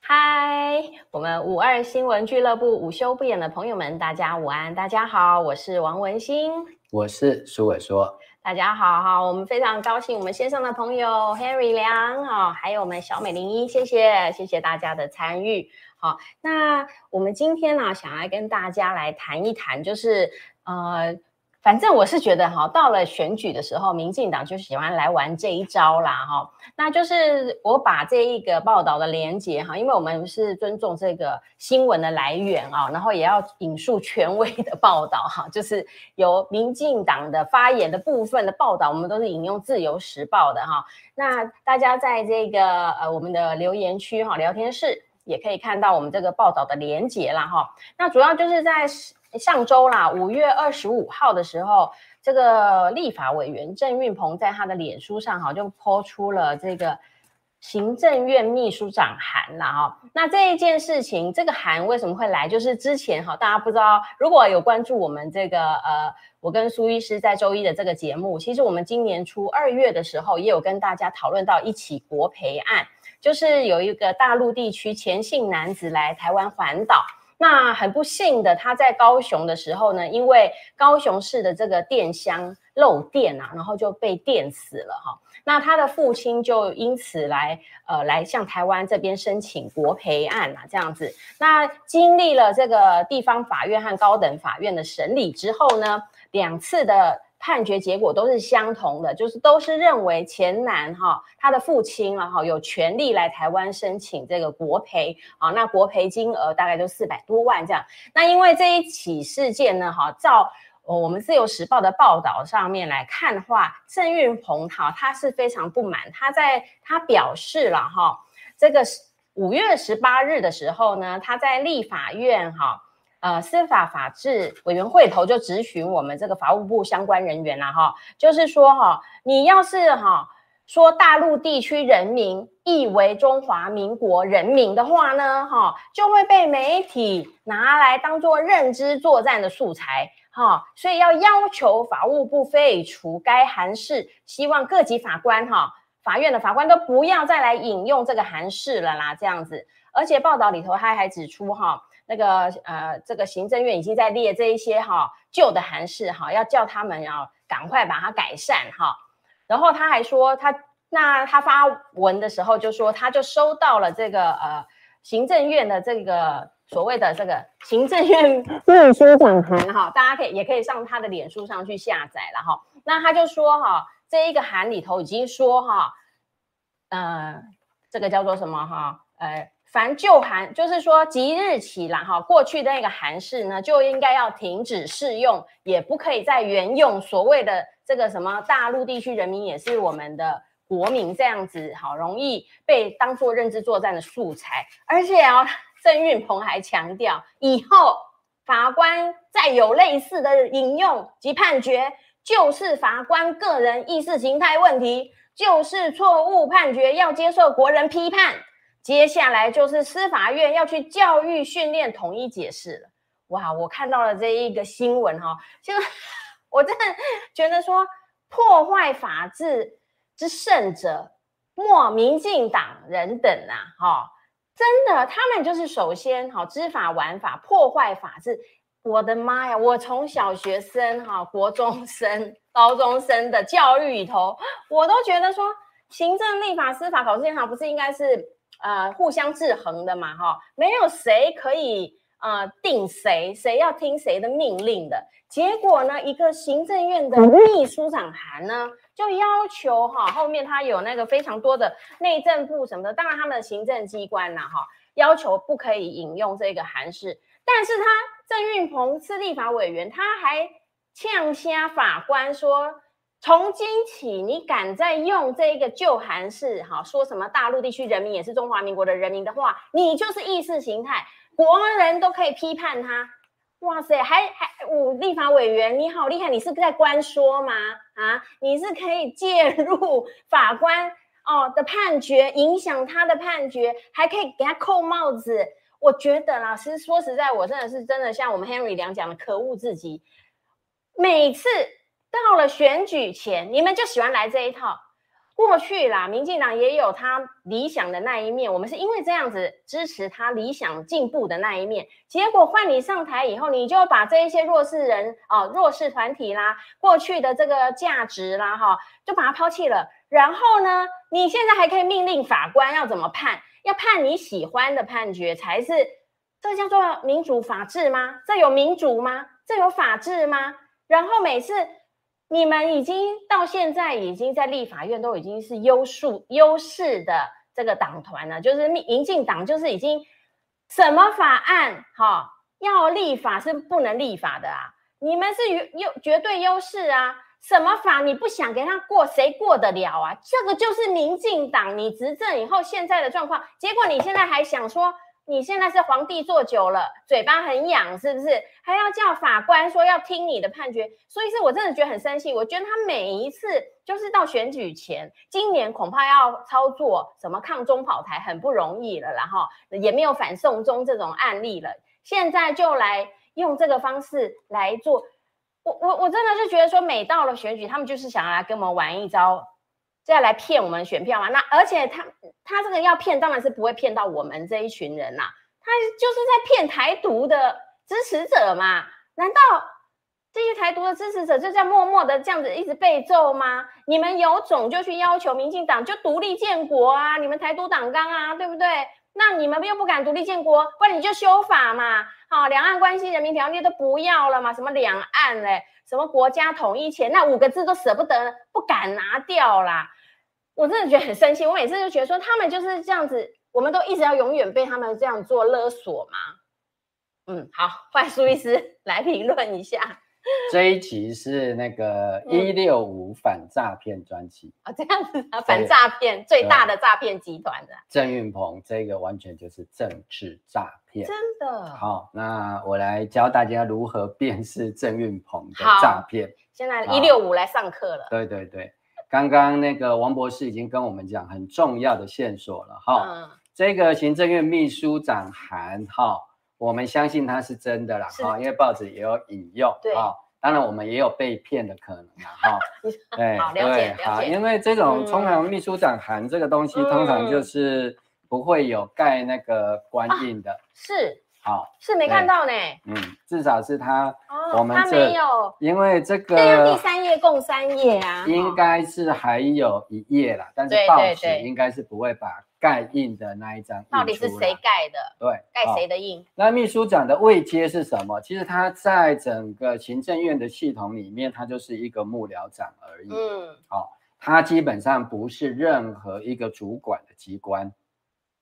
嗨，我们五二新闻俱乐部午休不演的朋友们，大家午安，大家好，我是王文兴。我是苏伟说，大家好哈，我们非常高兴，我们线上的朋友 Harry 梁哦，还有我们小美零一，谢谢谢谢大家的参与。好，那我们今天呢、想来跟大家来谈一谈，就是呃，反正我是觉得哈，到了选举的时候，民进党就喜欢来玩这一招啦哈、那就是我把这一个报道的连接哈，因为我们是尊重这个新闻的来源啊，然后也要引述权威的报道哈，就是由民进党的发言的部分的报道，我们都是引用《自由时报》的哈。那大家在这个呃我们的留言区哈、聊天室也可以看到我们这个报道的连接啦哈。那主要就是在上周啦，五月二十五号的时候，这个立法委员郑运鹏在他的脸书上哈就抛出了这个行政院秘书长函啦哈、那这一件事情，这个函为什么会来？就是之前哈，大家不知道，如果有关注我们这个呃，我跟苏医师在周一的这个节目，其实我们今年初二月的时候也有跟大家讨论到一起国赔案，就是有一个大陆地区前姓男子来台湾环岛。那很不幸的，他在高雄的时候呢，因为高雄市的这个电箱漏电啊，然后就被电死了哈。那他的父亲就因此来呃来向台湾这边申请国赔案啊，这样子。那经历了这个地方法院和高等法院的审理之后呢，两次的判决结果都是相同的，就是都是认为前男哈、他的父亲啊哈有权利来台湾申请这个国赔啊，那国赔金额大概就四百多万这样。那因为这一起事件呢哈，照呃我们自由时报的报道上面来看的话，郑运鹏哈他是非常不满，他在他表示了哈，这个五月十八日的时候呢，他在立法院哈。呃司法法制委员会头就质询我们这个法务部相关人员啦、哈，就是说哈、你要是哈、说大陆地区人民意为中华民国人民的话呢，哈、就会被媒体拿来当做认知作战的素材。哈、所以要要求法务部废除该函释，希望各级法官哈、法院的法官都不要再来引用这个函释了啦，这样子。而且报道里头他还指出哈、那个呃，这个行政院已经在列这一些哈、旧的函释哈，要叫他们要赶快把它改善哈、然后他还说他那他发文的时候就说他就收到了这个呃行政院的这个所谓的这个行政 院秘书长 函哈，大家可以也可以上他的脸书上去下载了哈。那他就说哈，这一个函里头已经说哈，呃，这个叫做什么哈？呃，凡旧函，就是说即日起啦哈，过去的那个函式呢，就应该要停止适用，也不可以再沿用所谓的这个什么大陆地区人民也是我们的国民这样子，好容易被当做认知作战的素材。而且哦，郑运鹏还强调，以后法官再有类似的引用及判决，就是法官个人意识形态问题，就是错误判决，要接受国人批判。接下来就是司法院要去教育训练统一解释了。哇，我看到了这一个新闻哈、哦，现在我真的觉得说破坏法治之圣者，莫民进党人等啊，哈、真的，他们就是首先哈、知法玩法，破坏法治。我的妈呀！我从小学生哈、国中生、高中生的教育里头，我都觉得说，行政、立法、司法、考试监察不是应该是呃互相制衡的嘛？哈，没有谁可以呃定谁，谁要听谁的命令的。结果呢，一个行政院的秘书长函呢，就要求哈、后面他有那个非常多的内政部什么的，当然他们的行政机关呐、哈，要求不可以引用这个函释，但是他郑运鹏是立法委员，他还呛瞎法官说。从今起，你敢再用这个旧韩式哈说什么大陆地区人民也是中华民国的人民的话，你就是意识形态，国人都可以批判他。哇塞，还还我立法委员你好厉害，你是在官说吗？啊，你是可以介入法官哦的判决，影响他的判决，还可以给他扣帽子。我觉得啦，其实说实在，我真的是真的像我们 Henry 梁讲的，可恶至极。每次到了选举前，你们就喜欢来这一套。过去啦，民进党也有他理想的那一面，我们是因为这样子支持他理想进步的那一面。结果换你上台以后，你就把这一些弱势人哦、弱势团体啦、过去的这个价值啦，哈、就把它抛弃了。然后呢，你现在还可以命令法官要怎么判，要判你喜欢的判决才是，这叫做民主法治吗？这有民主吗？这有法治吗？然后每次你们已经到现在已经在立法院都已经是优数优势的这个党团了，就是民民进党就是已经什么法案哈、要立法是不能立法的啊，你们是优优绝对优势啊。什么法你不想给他过，谁过得了啊？这个就是民进党你执政以后现在的状况。结果你现在还想说你现在是皇帝坐久了，嘴巴很痒，是不是？还要叫法官说要听你的判决，所以是我真的觉得很生气。我觉得他每一次就是到选举前，今年恐怕要操作什么抗中保台很不容易了啦，然后也没有反送中这种案例了，现在就来用这个方式来做。我我我真的是觉得说，每到了选举，他们就是想要来跟我们玩一招，再来骗我们选票嘛。那而且他他这个要骗，当然是不会骗到我们这一群人啦、他就是在骗台独的支持者嘛？难道这些台独的支持者就在默默的这样子一直被揍吗？你们有种就去要求民进党就独立建国啊，你们台独党纲啊，对不对？那你们又不敢独立建国，不然你就修法嘛，好、两岸关系人民条例都不要了嘛，什么两岸嘞，什么国家统一前那五个字都舍不得，不敢拿掉啦。我真的觉得很生气，我每次就觉得说他们就是这样子，我们都一直要永远被他们这样做勒索嘛。嗯，好，换苏医师来评论一下这一集是那个嗯一六五反诈骗专辑，啊、这样子 啊，反诈骗最嗯大的诈骗集团的，郑运鹏这个完全就是政治诈骗。真的。好，那我来教大家如何辨识郑运鹏的好诈骗。现在好一六五来上课了，对对对，刚刚那个王博士已经跟我们讲很重要的线索了哈。嗯，这个行政院秘书长函哈、我们相信他是真的啦是哈、因为报纸也有引用对哈、当然我们也有被骗的可能啦 哈、你对好了解对了好，解因为这种嗯通常秘书长函这个东西，通常就嗯是不会有盖那个官印的，是好、是没看对到呢，嗯，至少是他，哦我，们他这没有，因为这这样个第三页共三页啊，应该是还有一页啦，但是对对报纸对应该是不会把盖印的那一张印到底是出啊谁来盖的？对盖好谁的印？那秘书长的位阶是什么？其实他在整个行政院的系统里面，他就是一个幕僚长而已。嗯他基本上不是任何一个主管的机关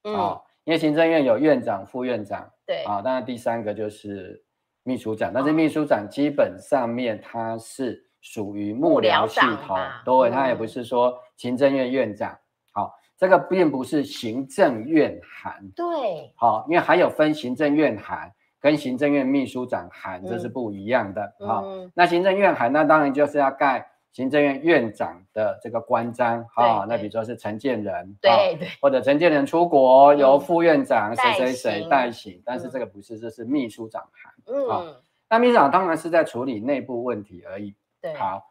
啊、嗯，因为行政院有院长、副院长对，啊、当然第三个就是秘书长，但哦是秘书长基本上面他是属于幕僚系幕僚长统嘛，对，嗯他也不是说行政院院长。好、这个并不是行政院函对，好、因为还有分行政院函跟行政院秘书长函，这是嗯不一样的啊、好嗯，那行政院函，那当然就是要盖行政院院长的这个官章哈、对那对比如说是陈建仁，啊对对，或者陈建仁出国由嗯副院长谁谁代谁行代行，但是嗯这个不是，这是秘书长函。嗯，那秘书长当然是在处理内部问题而已。对，好，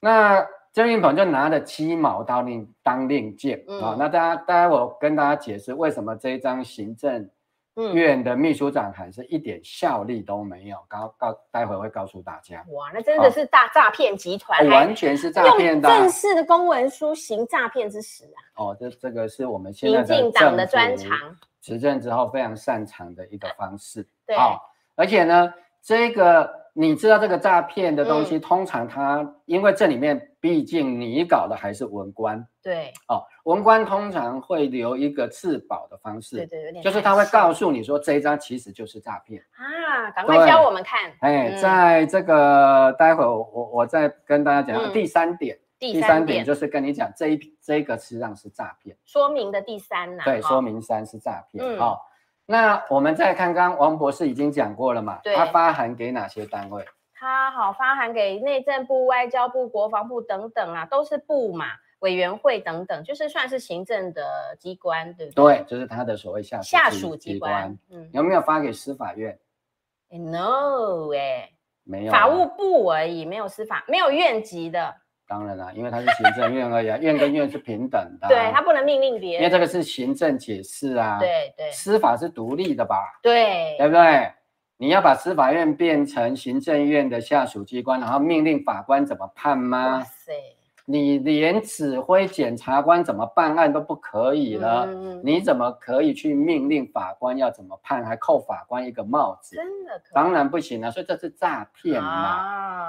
那郑运鹏就拿着鸡毛当令当令箭啊、嗯那大家，待会我跟大家解释为什么这一张行政嗯，院的秘书长函是一点效力都没有，告告待会会告诉大家，哇，那真的是大诈骗集团，啊哦还完全是诈骗的啊、用正式的公文书行诈骗之实啊，哦。这这个是我们现在民的进党的政府专长，执政之后非常擅长的一个方式。对，好、而且呢，这个你知道这个诈骗的嗯东西，通常它因为这里面毕竟你搞的还是文官对，哦，文官通常会留一个自保的方式，对对，有点就是他会告诉诉你说这一张其实就是诈骗。啊，赶快对教我们看，哎，嗯在这个待会儿我我我再跟大家讲、嗯第三点，第三三点就是跟你讲这一这个实际上是诈骗，说明的第三呐，对，哈说明三是诈骗。嗯好、那我们再看，刚刚王博士已经讲过了嘛，对他发函给哪些单位？他好发函给内政部、外交部、国防部等等啊，都是部嘛委员会等等，就是算是行政的机关，对不对？对，就是他的所谓下属下机属机关关，。嗯有没有发给司法院？诶，no 哎、没有啊，法务部而已，没有司法，没有院级的。当然了、因为它是行政院 而已、啊，院跟院是平等的啊、对他不能命令别因为人，这个是行政解释啊，，对对司法是独立的吧，对对不对？你要把司法院变成行政院的下属机关，然后命令法官怎么判哇吗？塞，你连指挥检察官怎么办案都不可以了，嗯嗯嗯你怎么可以去命令法官要怎么判，还扣法官一个帽子？真的可以当然不行了、啊所以这是诈骗嘛。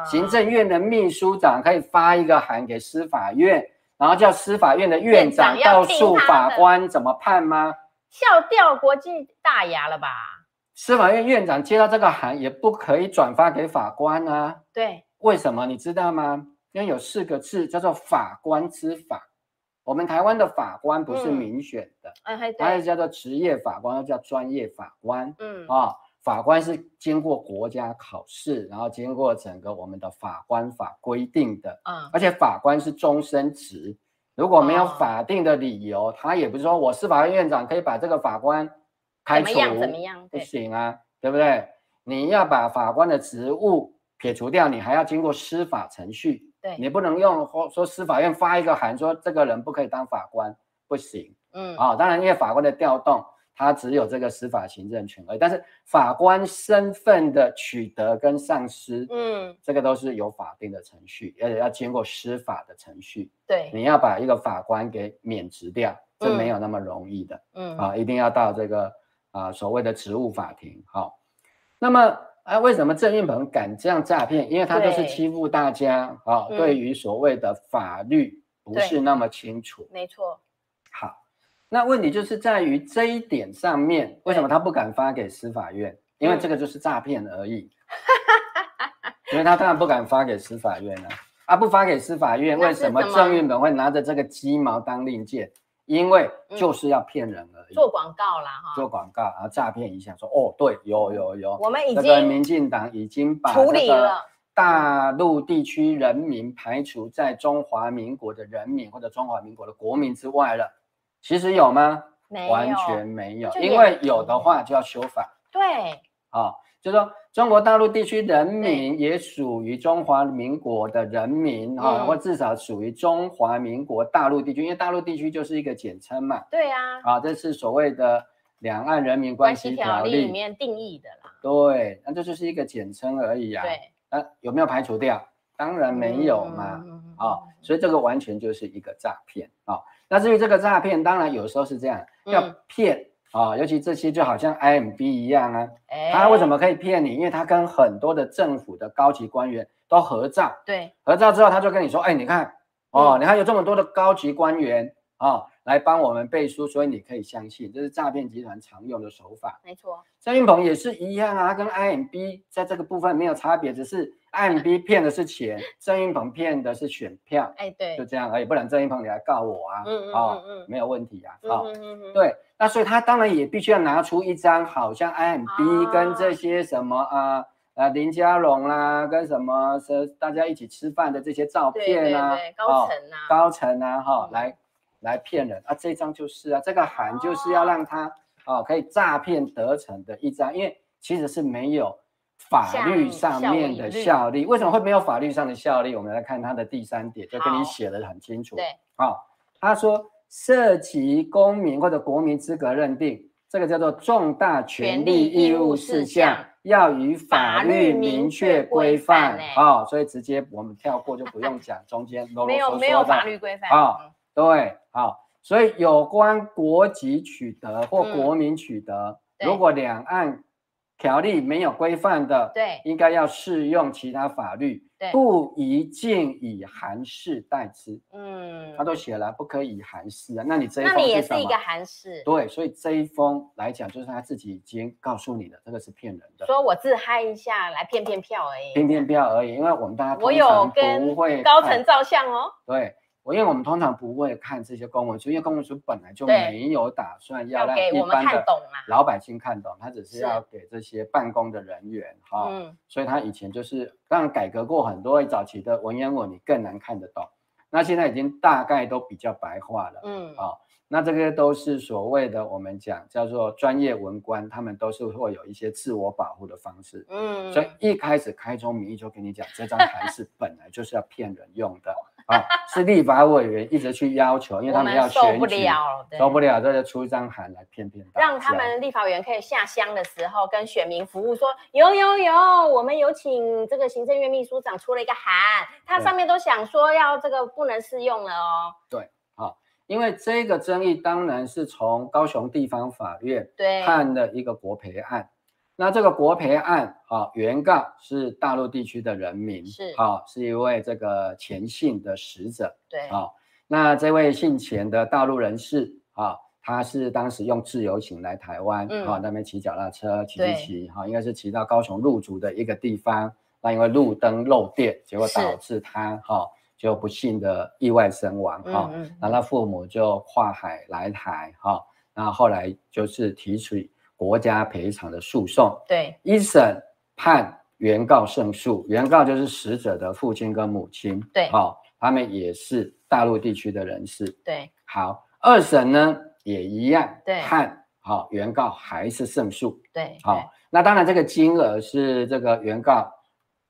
啊行政院的秘书长可以发一个函给司法院，然后叫司法院的院长院长要告听诉他的法官怎么判吗？笑掉国际大牙了吧？司法院院长接到这个函也不可以转发给法官啊？对，为什么你知道吗？因为有四个字叫做法官之法。我们台湾的法官不是嗯民选的，嗯，还它是对，叫做职业法官，又叫专业法官嗯，啊、法官是经过国家考试，然后经过整个我们的法官法规定的，嗯，而且法官是终身职。如果没有哦法定的理由，他也不是说我司法院院长可以把这个法官开怎除么，样？怎么样？不对，行啊，对不对？你要把法官的职务撇除掉，你还要经过司法程序，你对，不能用或说司法院发一个函说这个人不可以当法官，不行嗯，啊、当然，因为法官的调动，他只有这个司法行政权而已，但是法官身份的取得跟丧失，嗯，这个都是有法定的程序，而且要经过司法的程序。对，你要把一个法官给免职掉，这嗯没有那么容易的。嗯，啊，一定要到这个啊所谓的职务法庭。好、那么啊，为什么郑运鹏敢这样诈骗？因为他就是对欺负大家啊，嗯对于所谓的法律不对是那么清楚。没错，好，那问题就是在于这一点上面，为什么他不敢发给司法院？因为嗯这个就是诈骗而已。因为他当然不敢发给司法院了、啊，不发给司法院，那为是什么怎么郑运鹏会拿着这个鸡毛当令箭？因为就是要骗人而已。嗯做广告啦，哈，做广告，然后诈骗一下，说哦，对，有有有，我们已这个经民进党已经把处这理个了，大陆地区人民排除在中华民国的人民或者中华民国的国民之外了。其实有吗？没有，完全没有就，因也为有的话就要修法对，啊、就说中国大陆地区人民也属于中华民国的人民啊、嗯或至少属于中华民国大陆地区，因为大陆地区就是一个简称嘛。对啊，啊，这是所谓的两岸人民关关系系条条例。例里面定义的啦，对，那这就是一个简称而已啊。，对，那、有没有排除掉？当然没有嘛。嗯，嗯啊、所以这个完全就是一个诈骗啊。那至于这个诈骗，当然有时候是这样，要嗯骗啊、尤其这些就好像 IMB 一样啊，哎，他为什？么可以骗你？因为他跟很多的政府的高级官员都合照，对，合照之后，他就跟你说：“哎，你看，哦，嗯你看有这么多的高级官员啊、来帮我们背书，所以你可以相信，这是诈骗集团常用的手法。没错，郑运鹏也是一样啊，他跟 IMB 在这个部分没有差别，只是 IMB 骗的是钱，郑运鹏骗的是选票，哎，对就，这样而已。不然郑运鹏你来告我啊，嗯嗯哦嗯嗯没有问题啊，嗯哦嗯嗯嗯，对，那所以他当然也必须要拿出一张，好像啊 IMB 跟这些什么啊啊林家龙啦、跟什么是大家一起吃饭的这些照对对片啊，对，高哦层啊，高层啊哈、嗯来来骗人啊，这张就是啊，这个函就是要让他哦可以诈骗得逞的一张，因为其实是没有。法律效上面的效力效力，为什么会没有法律上的效力？我们来看他的第三点，就跟好你写的很清楚。对，好、啊他说涉及公民或者国民资格认定，这个叫做重大权利义务权利义务事项事项，要与法律明确规法范律明确规范欸。好、所以直接我们跳过就不用讲中间啰啰没嗦有嗦没有的法律规范啊嗯对，好、所以有关国籍取得或嗯国民取得，对如果两岸条例没有规范的，对应该要适用其他法律，对不宜竟以韩式代之。嗯他，都写了，不可以韩式啊。那你这一那封你也是是什一么个？韩式，对，所以这一封来讲，就是他自己已经告诉你的，这个是骗人的，说我自嗨一下来骗骗票而已。骗骗票而已。因为我们大家我通有常跟不会高看层照相哦。对，我因为我们通常不会看这些公文书，因为公文书本来就对没有打算要要让给一我们般看的懂嘛。老百姓看懂，他只是是要给这些办公的人员哈。嗯，所以他以前就是当然改革过很多早期的文言文，你更难看得懂。那现在已经大概都比较白话了。嗯，啊那这个都是所谓的我们讲叫做专业文官，他们都是会有一些自我保护的方式。嗯， 所以一开始开宗明义就跟你讲，这张函是本来就是要骗人用的，啊，是立法委员一直去要求，因为我他们要们受选不举，了，对受不了，这就出一张函来骗骗大家，让他们立法委员可以下乡的时候跟选民服务说，有有有，我们有请这个行政院秘书长出了一个函，他对上面都想说要这个不能适用了哦。因为这个争议当然是从高雄地方法院对，判了一个国赔案。那这个国赔案啊，原告是大陆地区的人民，是啊，是一位这个前姓的使者对，啊。那这位姓钱的大陆人士啊，他是当时用自由行来台湾、嗯啊，那边骑脚踏车骑对一骑哈、啊，应该是骑到高雄陆竹的一个地方，那因为路灯漏电，结果是导致他哈、啊就不幸的意外身亡哈。啊嗯那他父母就跨海来台哈、那后来就是提起国家赔偿的诉讼，对，一审判原告胜诉，原告就是死者的父亲跟母亲，对好、他们也是大陆地区的人士。对，好，二审呢也一样，对判好、原告还是胜诉，对，好、那当然这个金额是这个原告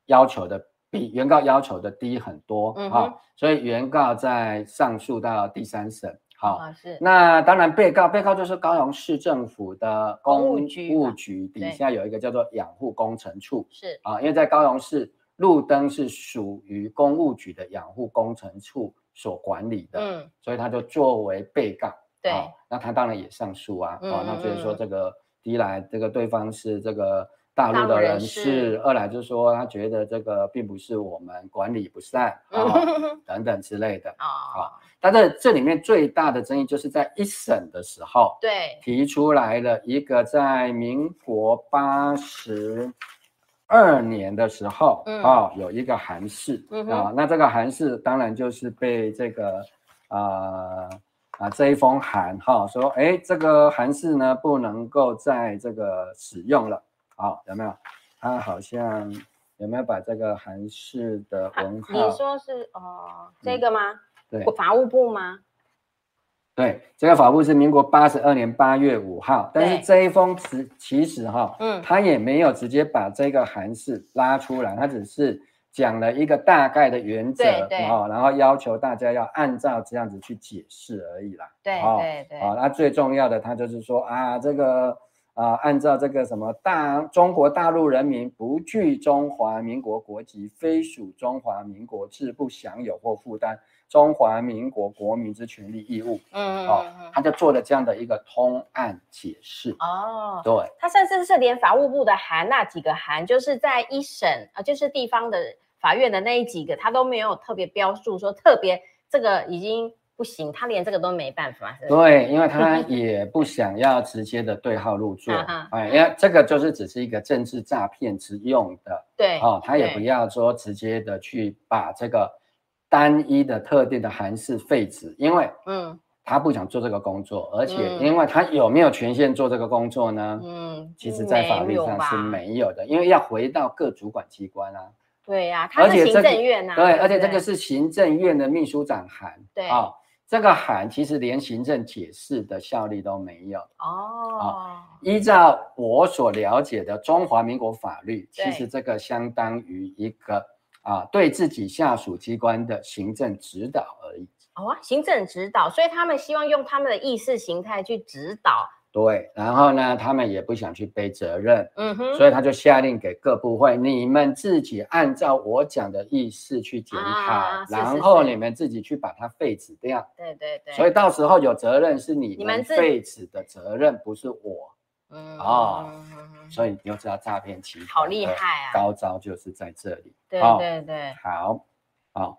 要求的比原告要求的低很多，嗯好、哼所以原告在上诉到第三审，对，好、啊是，那当然，被告被告就是高雄市政府的公公务局嘛务局底下有一个叫做养护工程处是，啊，因为在高雄市路灯是属于公务局的养护工程处所管理的，嗯，所以他就作为被告，对，啊那他当然也上诉啊，嗯啊，那所以说嗯嗯这个第一来这个对方是这个大大陆陆的人人士士，二来就是说他觉得这个并不是我们管理不善啊嗯，等等之类的。 哦，但是这里面最大的争议就是在一审的时候对，提出来了一个在民国八十二年的时候啊、嗯有一个韩式啊、嗯哼那这个韩式当然就是被这个啊啊这一封函哈、说，哎，这个韩式呢不能够在这个使用了，啊、有没有？他好像有没有把这个韩式的啊文你号？说是哦这嗯个吗？对，法务部吗？对，这个法部是民国八十二年八月五号，但对是这一封其其实哈、嗯他也没有直接把这个函式拉出来，他只是讲了一个大概的原则，对对然后然后要求大家要按照这样子去解释而已啦。对哦对对，啊，那最重要的，他就是说啊，这个啊、按照这个什么大中国大陆人民不具中华民国国籍，非属中华民国制，不享有或负担中华民国国民之权利义务。嗯哦嗯嗯他就做了这样的一个通案解释。哦，对他甚至是连法务部的函那几个函，就是在一审啊，呃就是地方的法院的那一几个，他都没有特别标注说特别这个已经不行，他连这个都没办法。是吧对，因为他也不想要直接的对号入座啊哈，哎，因为这个就是只是一个政治诈骗之用的对，哦，他也对不要说直接的去把这个单一的特定的函式废止，因为嗯他不想做这个工作，而且嗯因为他有没有权限做这个工作呢？嗯，其实，在法律没有上吧是没有的，因为要回到各主管机关啊。对呀、他而是且行这个政院呐、对，而且不这个是行政院的秘书长函，对啊、这个函其实连行政解释的效力都没有。哦，依照我所了解的中华民国法律，对其实这个相当于一个啊、对自己下属机关的行政指导而已。哦啊，行政指导，所以他们希望用他们的意识形态去指导。对，然后呢，他们也不想去背责任，嗯哼，所以他就下令给各部会，你们自己按照我讲的意思去检讨，啊是是然后是你们自己去把它废止掉。对对对，所以到时候有责任是你你们们自废止的责任，不是我。嗯哦嗯嗯嗯所以你就知道诈骗集团好厉的害啊高招就是在这里。对哦对对，好，好，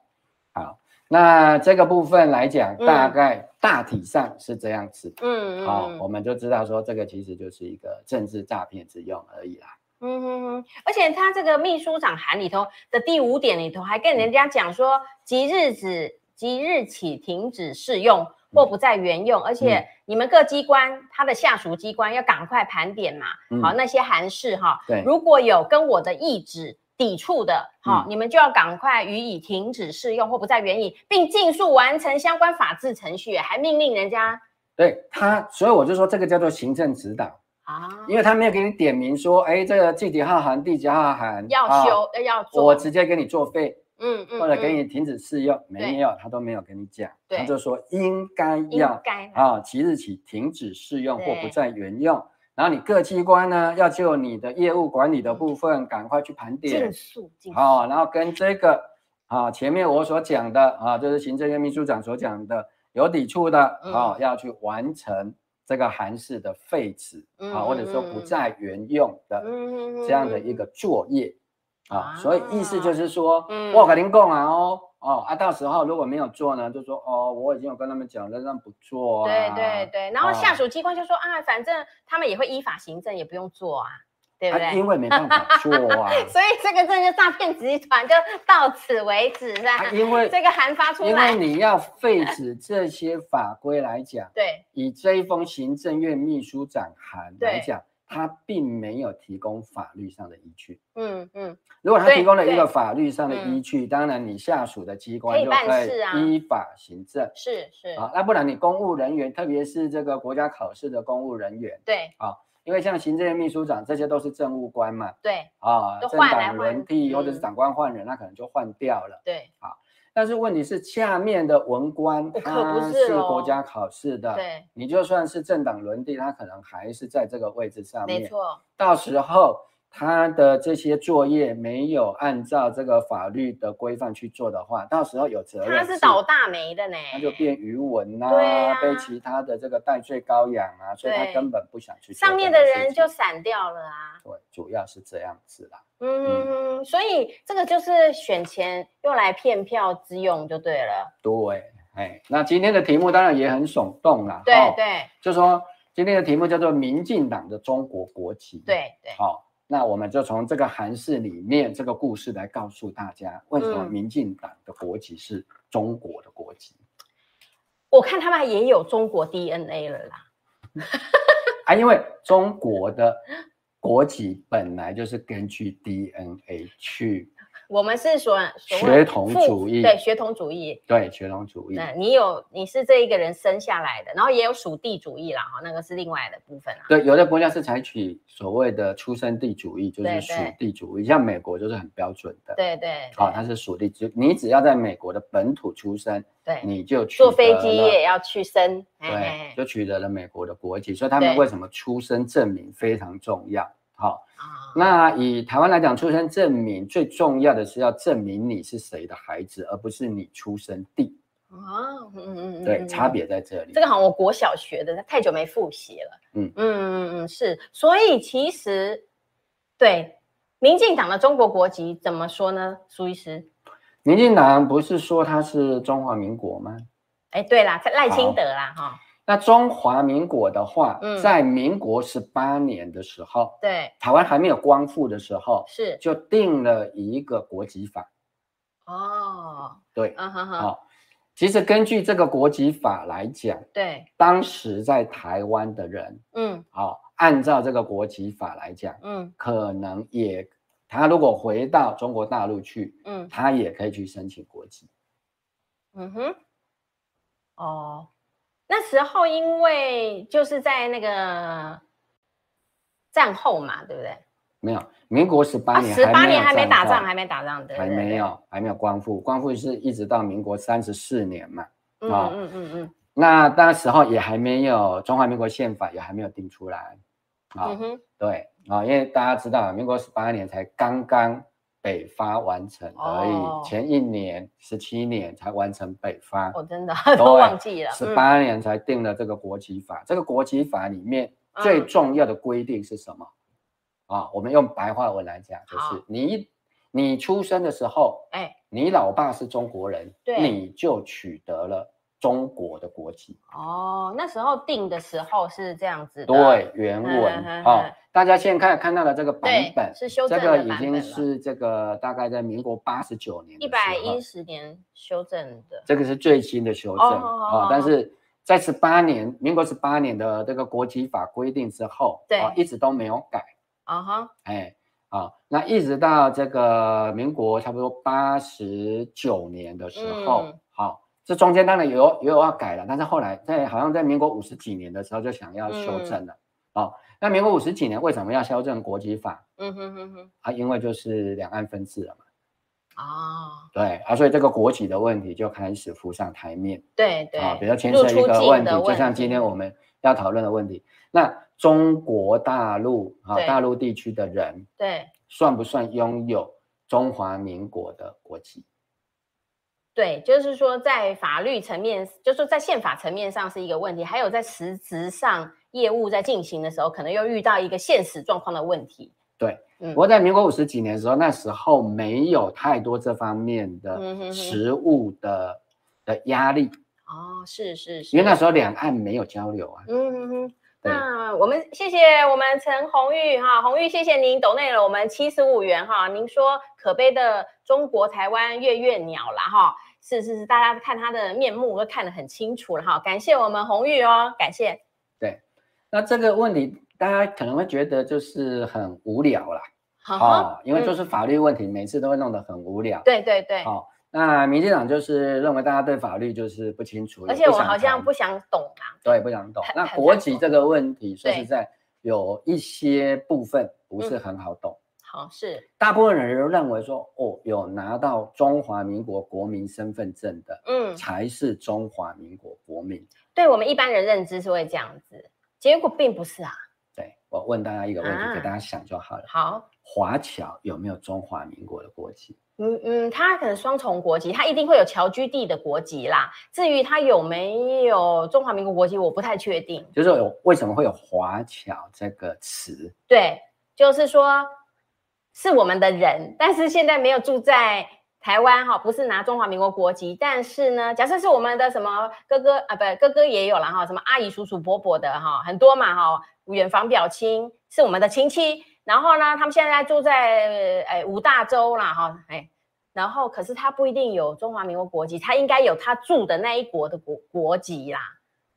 好。那这个部分来讲，嗯大概大体上是这样子。嗯嗯好、嗯我们就知道说这个其实就是一个政治诈骗之用而已啦。嗯哼哼，而且他这个秘书长函里头的第五点里头还跟嗯人家讲说，即日止，即日起停止适用或嗯不再原用，而且你们各机关他的下属机关要赶快盘点嘛，嗯好那些函示哈，对如果有跟我的意志抵触的，好、嗯你们就要赶快予以停止适用或不再援引，并尽速完成相关法制程序，还命令人家对他，所以我就说这个叫做行政指导，啊因为他没有给你点名说，哎，这个第几号函、第几号函要啊修、呃要做，我直接给你作废，嗯嗯，或者嗯给你停止试用，对没有，他都没有跟你讲，对他就说应该应要该啦啊，即日起停止试用或不对再原用。然后你各机关呢，要就你的业务管理嗯的部分，赶快去盘点竞，速竞速，好、然后跟这个啊前面我所讲的啊，就是行政院秘书长所讲的有抵触的啊、嗯要去完成这个韩式的废止嗯啊，或者说嗯嗯不嗯再原用的。嗯这样的一个作业啊，所以意思就是说，嗯我跟您讲啊哦哦啊，到时候如果没有做呢，就说哦，我已经有跟他们讲了，让不做啊。对对对，然后下啊属机关就说啊，反正他们也会依法行政，也不用做啊，对不啊，对？因为没办法做 啊，所以这个真的是诈骗集团就到此为止，是吧啊？因为这个函发出因为来，你要废止这些法规来讲，对以这一封行政院秘书长函来对讲，他并没有提供法律上的依据。嗯嗯，如果他对提供了一对个法律上的嗯依据，当然你下属的机可关以就办可事啊以依法行政。是是，啊，那不然你公务人员，特别是这个国家考试的公务人员，对因为像行政院秘书长，这些都是政务官嘛，对啊，都政换来党轮替换或者是嗯长官换人，那可能就换掉了。对但是问题是，下面的文官不哦可不他是是国咯家考试的，对，你就算是政党轮替，他可能还是在这个位置上没啊面。错，到时候他的这些作业没有按照这个法律的规范去做的话，到时候有责任他是倒大霉的呢，他就变余文呐、对啊被其他的这个戴罪羔羊啊，所以他对根本不想去做上面这的个事人情就散掉了啊。对，主要是这样子啦。嗯，所以这个就是选前用来骗票之用就对了。对，哎，那今天的题目当然也很耸动啦，对哦，对就说今天的题目叫做“民进党的中国国旗”，，对对，好、那我们就从这个韩式里面这个故事来告诉大家，为什么嗯民进党的国旗是中国的国旗、我看他们也有中国 DNA 了啦。啊？因为中国的国旗本来就是根据 DNA 去我们是所所谓血统主义父对血统主义。对，血统主义。那你有你是这一个人生下来的，然后也有属地主义啦，哈，那个是另外的部分啊。对，有的国家是采取所谓的出生地主义，就对是属地主义，像美国就是很标准的。对对啊，它对是属地主，你只要在美国的本土出生，对，你就取坐飞得机哎了也要去生，哎嘿对嘿，嘿就取得了美国的国籍，所以他们对为什么出生证明非常重要？好，啊，那以台湾来讲，出生证明最重要的是要证明你是谁的孩子，而不是你出生地。哦，嗯嗯嗯，对，嗯差。别在这里。这个好像我国小学的，太久没复习了。嗯嗯嗯嗯，是。所以其实对民进党的中国国籍怎么说呢？苏医师，民进党不是说它是中华民国吗？哎，对啦，赖清好德啦，哈，那中华民国的话，嗯在民国十八年的时候，对，台湾还没有光复的时候，是就定了一个国籍法。哦，对，嗯哼好、哼，其实根据这个国籍法来讲，对，当时在台湾的人，嗯好、按照这个国籍法来讲，嗯可能也他如果回到中国大陆去，嗯他也可以去申请国籍。嗯哼，哦，那时候因为就是在那个战后嘛，对不对？没有，民国十八啊，年十八年还没没有打仗，后还没打仗，对，还对没，对有，还没有光复，光复是一直到民国三十四年嘛。嗯啊嗯嗯嗯那那时候也还没有中华民国宪法，也还没有定出来。啊、嗯哼，对啊、因为大家知道，民国十八年才刚刚北伐完成而已，哦前一年十七年才完成北伐，我真的 对都忘记了，十嗯八、年才定了这个国籍法。这个国籍法里面最嗯重要的规定是什么？啊，我们用白话文来讲，就好是你你出生的时候，哎你老爸是中国人，对你就取得了中国的国籍。哦，那时候定的时候是这样子的，对，原文嗯嗯嗯哦嗯，大家现在看看到了这个版对本，是修这正个的已版经本了，是这个大概在民国八十九年的一时候，百一十年修正的，这个是最新的修正哦好好哦好，但是在十八年民国十八年的这个国籍法规定之后，对哦一直都没有改，啊哈，哎，啊，那一直到这个民国差不多八十九年的时候嗯，好。这中间当然有也有要改了，但是后来在好像在民国五十几年的时候就想要修正嗯了。哦，那民国五十几年为什么要修正国籍法？嗯哼哼哼，啊，因为就是两岸分治了嘛。哦，对啊，所以这个国籍的问题就开始浮上台面对对，啊，比较牵入涉一出个境问题的，就问像题今天我们要讨论的问题，那中国大陆啊对大陆地区的人对算不算拥有中华民国的国籍？对，就是说在法律层面，就是说在宪法层面上是一个问题，还有在实质上业务在进行的时候，可能又遇到一个现实状况的问题。对，嗯不过在民国五十几年的时候，那时候没有太多这方面嗯哼哼的实物的、的压力，哦，是是是，因为那时候两岸没有交流啊。嗯哼哼。对那我们谢谢我们陈红玉哈，红玉谢谢您抖内了我们七十五元哈。您说可悲的中国台湾月月鸟啦哈，是是是，大家看它的面目都看得很清楚了哈。感谢我们红玉哦，感谢。那这个问题大家可能会觉得就是很无聊啦，哈哦，因为就嗯是法律问题，每次都会弄得很无聊。对对对，哦，那民进党就是认为大家对法律就是不清楚，也而且我想好像谈不想懂啊。对不想懂很。那很国难籍懂这个问题，说对实在有一些部分不是嗯很好懂。好是，大部分人都认为说，哦，有拿到中华民国国民身份证的，嗯，才是中华民国国民。对我们一般人认知是会这样子，结果并不是啊。对我问大家一个问题，啊给大家想就好了。好，华侨有没有中华民国的国籍？嗯嗯，他可能双重国籍，他一定会有侨居地的国籍啦。至于他有没有中华民国国籍，我不太确定。就是有为什么会有华侨这个词？对，就是说是我们的人，但是现在没有住在台湾哈，不是拿中华民国国籍，但是呢，假设是我们的什么哥哥啊，不，哥哥也有了哈，什么阿姨、叔叔、伯伯的哈，很多嘛哈，远房表亲是我们的亲戚，然后呢，他们现在住在哎五大洲啦哈，哎。然后，可是他不一定有中华民国国籍，他应该有他住的那一国的国国籍啦。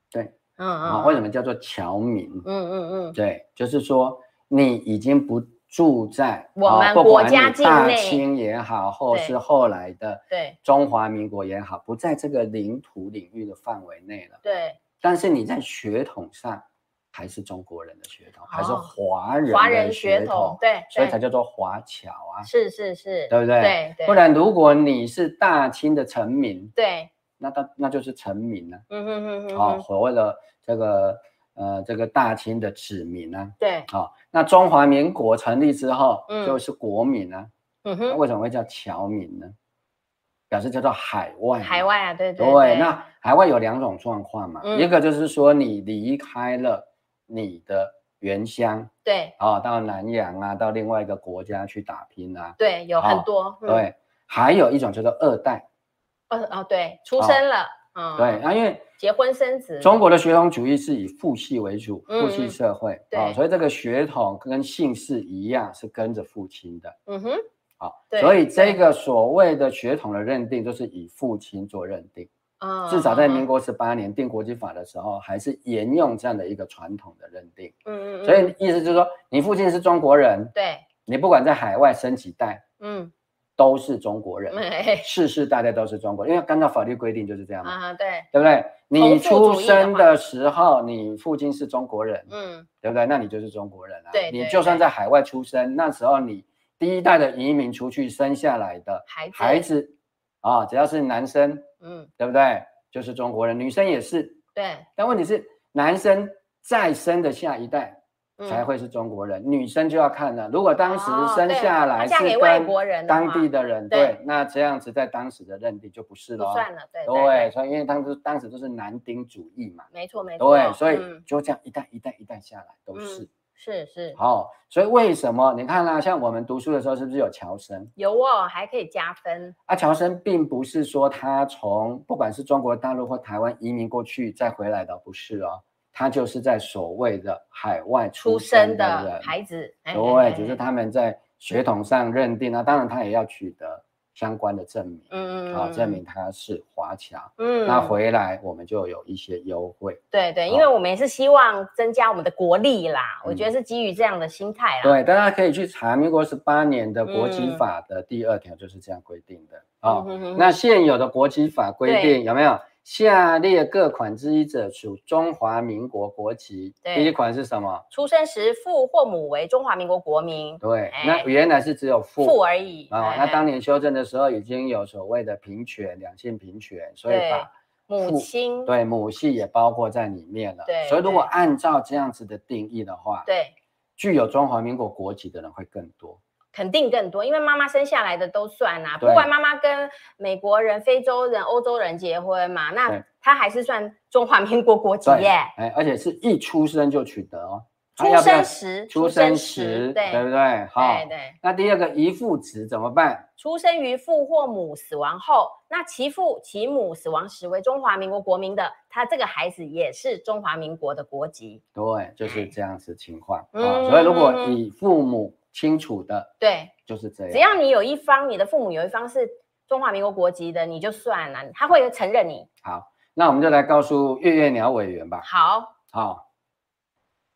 对，嗯啊、嗯为什么叫做侨民？嗯嗯嗯，对，就是说你已经不住在我啊们不国管家你境大内清也好，或对是后来的对中华民国也好，不在这个领土领域的范围内了。对，但是你在血统上还是中国人的血统，还是哦华人华的人血统，对，所以对才叫做华侨啊，是是是，对不对？对对，不然如果你是大清的臣民，对，那他那就是臣民啊，嗯哼哼哼啊、哼，所谓的这个呃这个大清的子民啊，对，好、那中华民国成立之后，嗯就是国民啊，嗯那哼，为什么会叫侨民呢？表示叫做海外嘛，海外啊，对对对，那海外有两种状况嘛，嗯一个就是说你离开了你的原乡对啊、哦到南洋啊，到另外一个国家去打拼啊，对有很哦多，嗯，对，还有一种叫做二代，哦哦对，出哦生了，嗯，对，，啊，因为结婚生子，中国的血统主义是以父系为主，嗯父系社会对啊、所以这个血统跟姓氏一样是跟着父亲的。嗯哼，啊，对所以这个所谓的血统的认定，就是以父亲做认定。嗯，至少在民国，国十八年定国际法的时候，还是沿用这样的一个传统的认定。嗯嗯，所嗯以意思就是说，你父亲是中国人，对，你不管在海外生几代，嗯， 都是中国人，嘿世世代代都是中国人，因为按照法律规定就是这样嘛，啊对，对不对？同你父出主义的话生的时候，你父亲是中国人，嗯对不对？那你就是中国人啊。对对你就算对在海外出生，那时候你第一代的移民出去生下来的孩子孩子啊、只要是男生，嗯对不对？就是中国人，女生也是。对，但问题是，男生再生的下一代嗯才会是中国人，女生就要看了。如果当时哦生对下她来嫁是给外跟国人的当话地的人，对对，那这样子在当时的认定就不是不了哦。算了，对对，，所以因为当时当时都是男丁主义嘛，没错没错，对，所以嗯就这样一代一代一代下来都是。是是好、所以为什么你看啦、像我们读书的时候，是不是有侨生？有哦，还可以加分，啊，侨生并不是说他从不管是中国大陆或台湾移民过去再回来的，不是哦，他就是在所谓的海外出出生的生的孩人，子，哎对，只是，他们在血统上认定啊，当然他也要取得相关的证明，嗯啊，证明他是华侨，嗯，那回来我们就有一些优惠。对对，因好为我们也是希望增加我们的国力啦，我嗯觉得是基于这样的心态啦。，对，大家可以去查民国十八年的国籍法的第二条就是这样规定的嗯哦哼哼哼。那现有的国籍法规定有没有下列各款之一者属中华民国国旗。对第一款是什么？出生时父或母为中华民国国民，对哎，那原来是只有父。父而已。啊、哎那当年修正的时候已经有所谓的平权、两性平权，所以对把母父亲，对母系也包括在里面了。对所以如果对按照这样子的定义的话，对，具有中华民国国籍的人会更多。肯定更多，因为妈妈生下来的都算啊，不对管妈妈跟美国人、非洲人、欧洲人结婚嘛，那对她还是算中华民国国籍对，耶。哎，而且是一出生就取得哦。他出要不要生时，出生时，对不对？对，好哎对，那第二个遗父子怎么办？出生于父或母死亡后，那其父其母死亡时为中华民国国民的，他这个孩子也是中华民国的国籍。对，就是这样子情况啊、嗯所以如果以父母清楚的，对，就是这样。只要你有一方，你的父母有一方是中华民国国籍的，你就算了，他会承认你。好，那我们就来告诉月月鸟委员吧。好，好，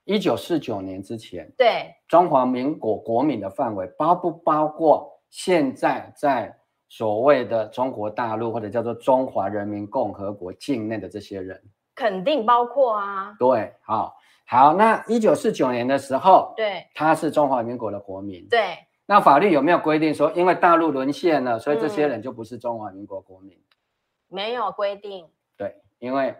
一九四九年之前，对，中华民国国民的范围包不包括现在在所谓的中国大陆或者叫做中华人民共和国境内的这些人？肯定包括啊。对，好，好，那一九四九年的时候，对他是中华民国的国民。，对，那法律有没有规定说，因为大陆沦陷了，所以这些嗯人就不是中华民国国民？没有规定。对，因为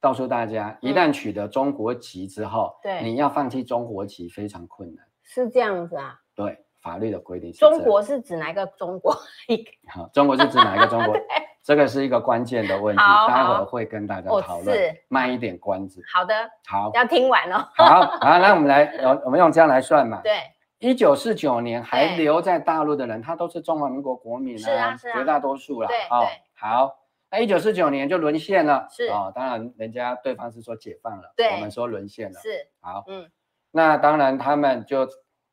告诉大家，一嗯旦取得中国籍之后，对你要放弃中国籍非常困难。是这样子啊，对，法律的规定是这中样国是指哪一个中国？ 一个好，中国是指哪一个中 国？这个是一个关键的问题，好待会好儿会跟大家哦讨论是，卖一点关子。好的， 好，要听完哦。好，好，那我们来，呃我们用这样来算嘛。对，一九四九年还对留在大陆的人，他都是中华民国国民是啊是啊绝大多数啦对。哦对，好，那一九四九年就沦陷了，是哦，当然人家对方是说解放了，对我们说沦陷了。是，好，嗯，那当然他们就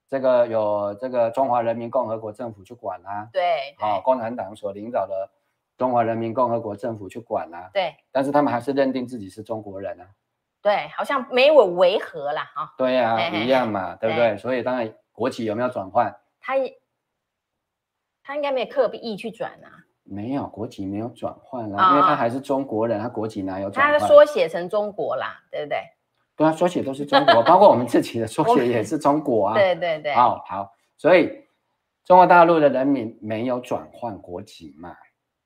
这个有这个中华人民共和国政府去管啦、对，啊，对，共产党所领导的中华人民共和国政府去管啊，对，但是他们还是认定自己是中国人啊，对，好像没有违和啦，哈、对呀、嘿嘿嘿一样嘛，对不对？所以当然国企有没有转换？他也他应该没有刻意去转啊，没有，国籍没有转换啊啊，因为他还是中国人，他国籍哪有转他换？缩写成中国啦，对不对？对啊，缩写都是中 国，包括我们自己的缩我写们也是中国啊。对对对，哦好好，所以中国大陆的人民没有转换国籍嘛，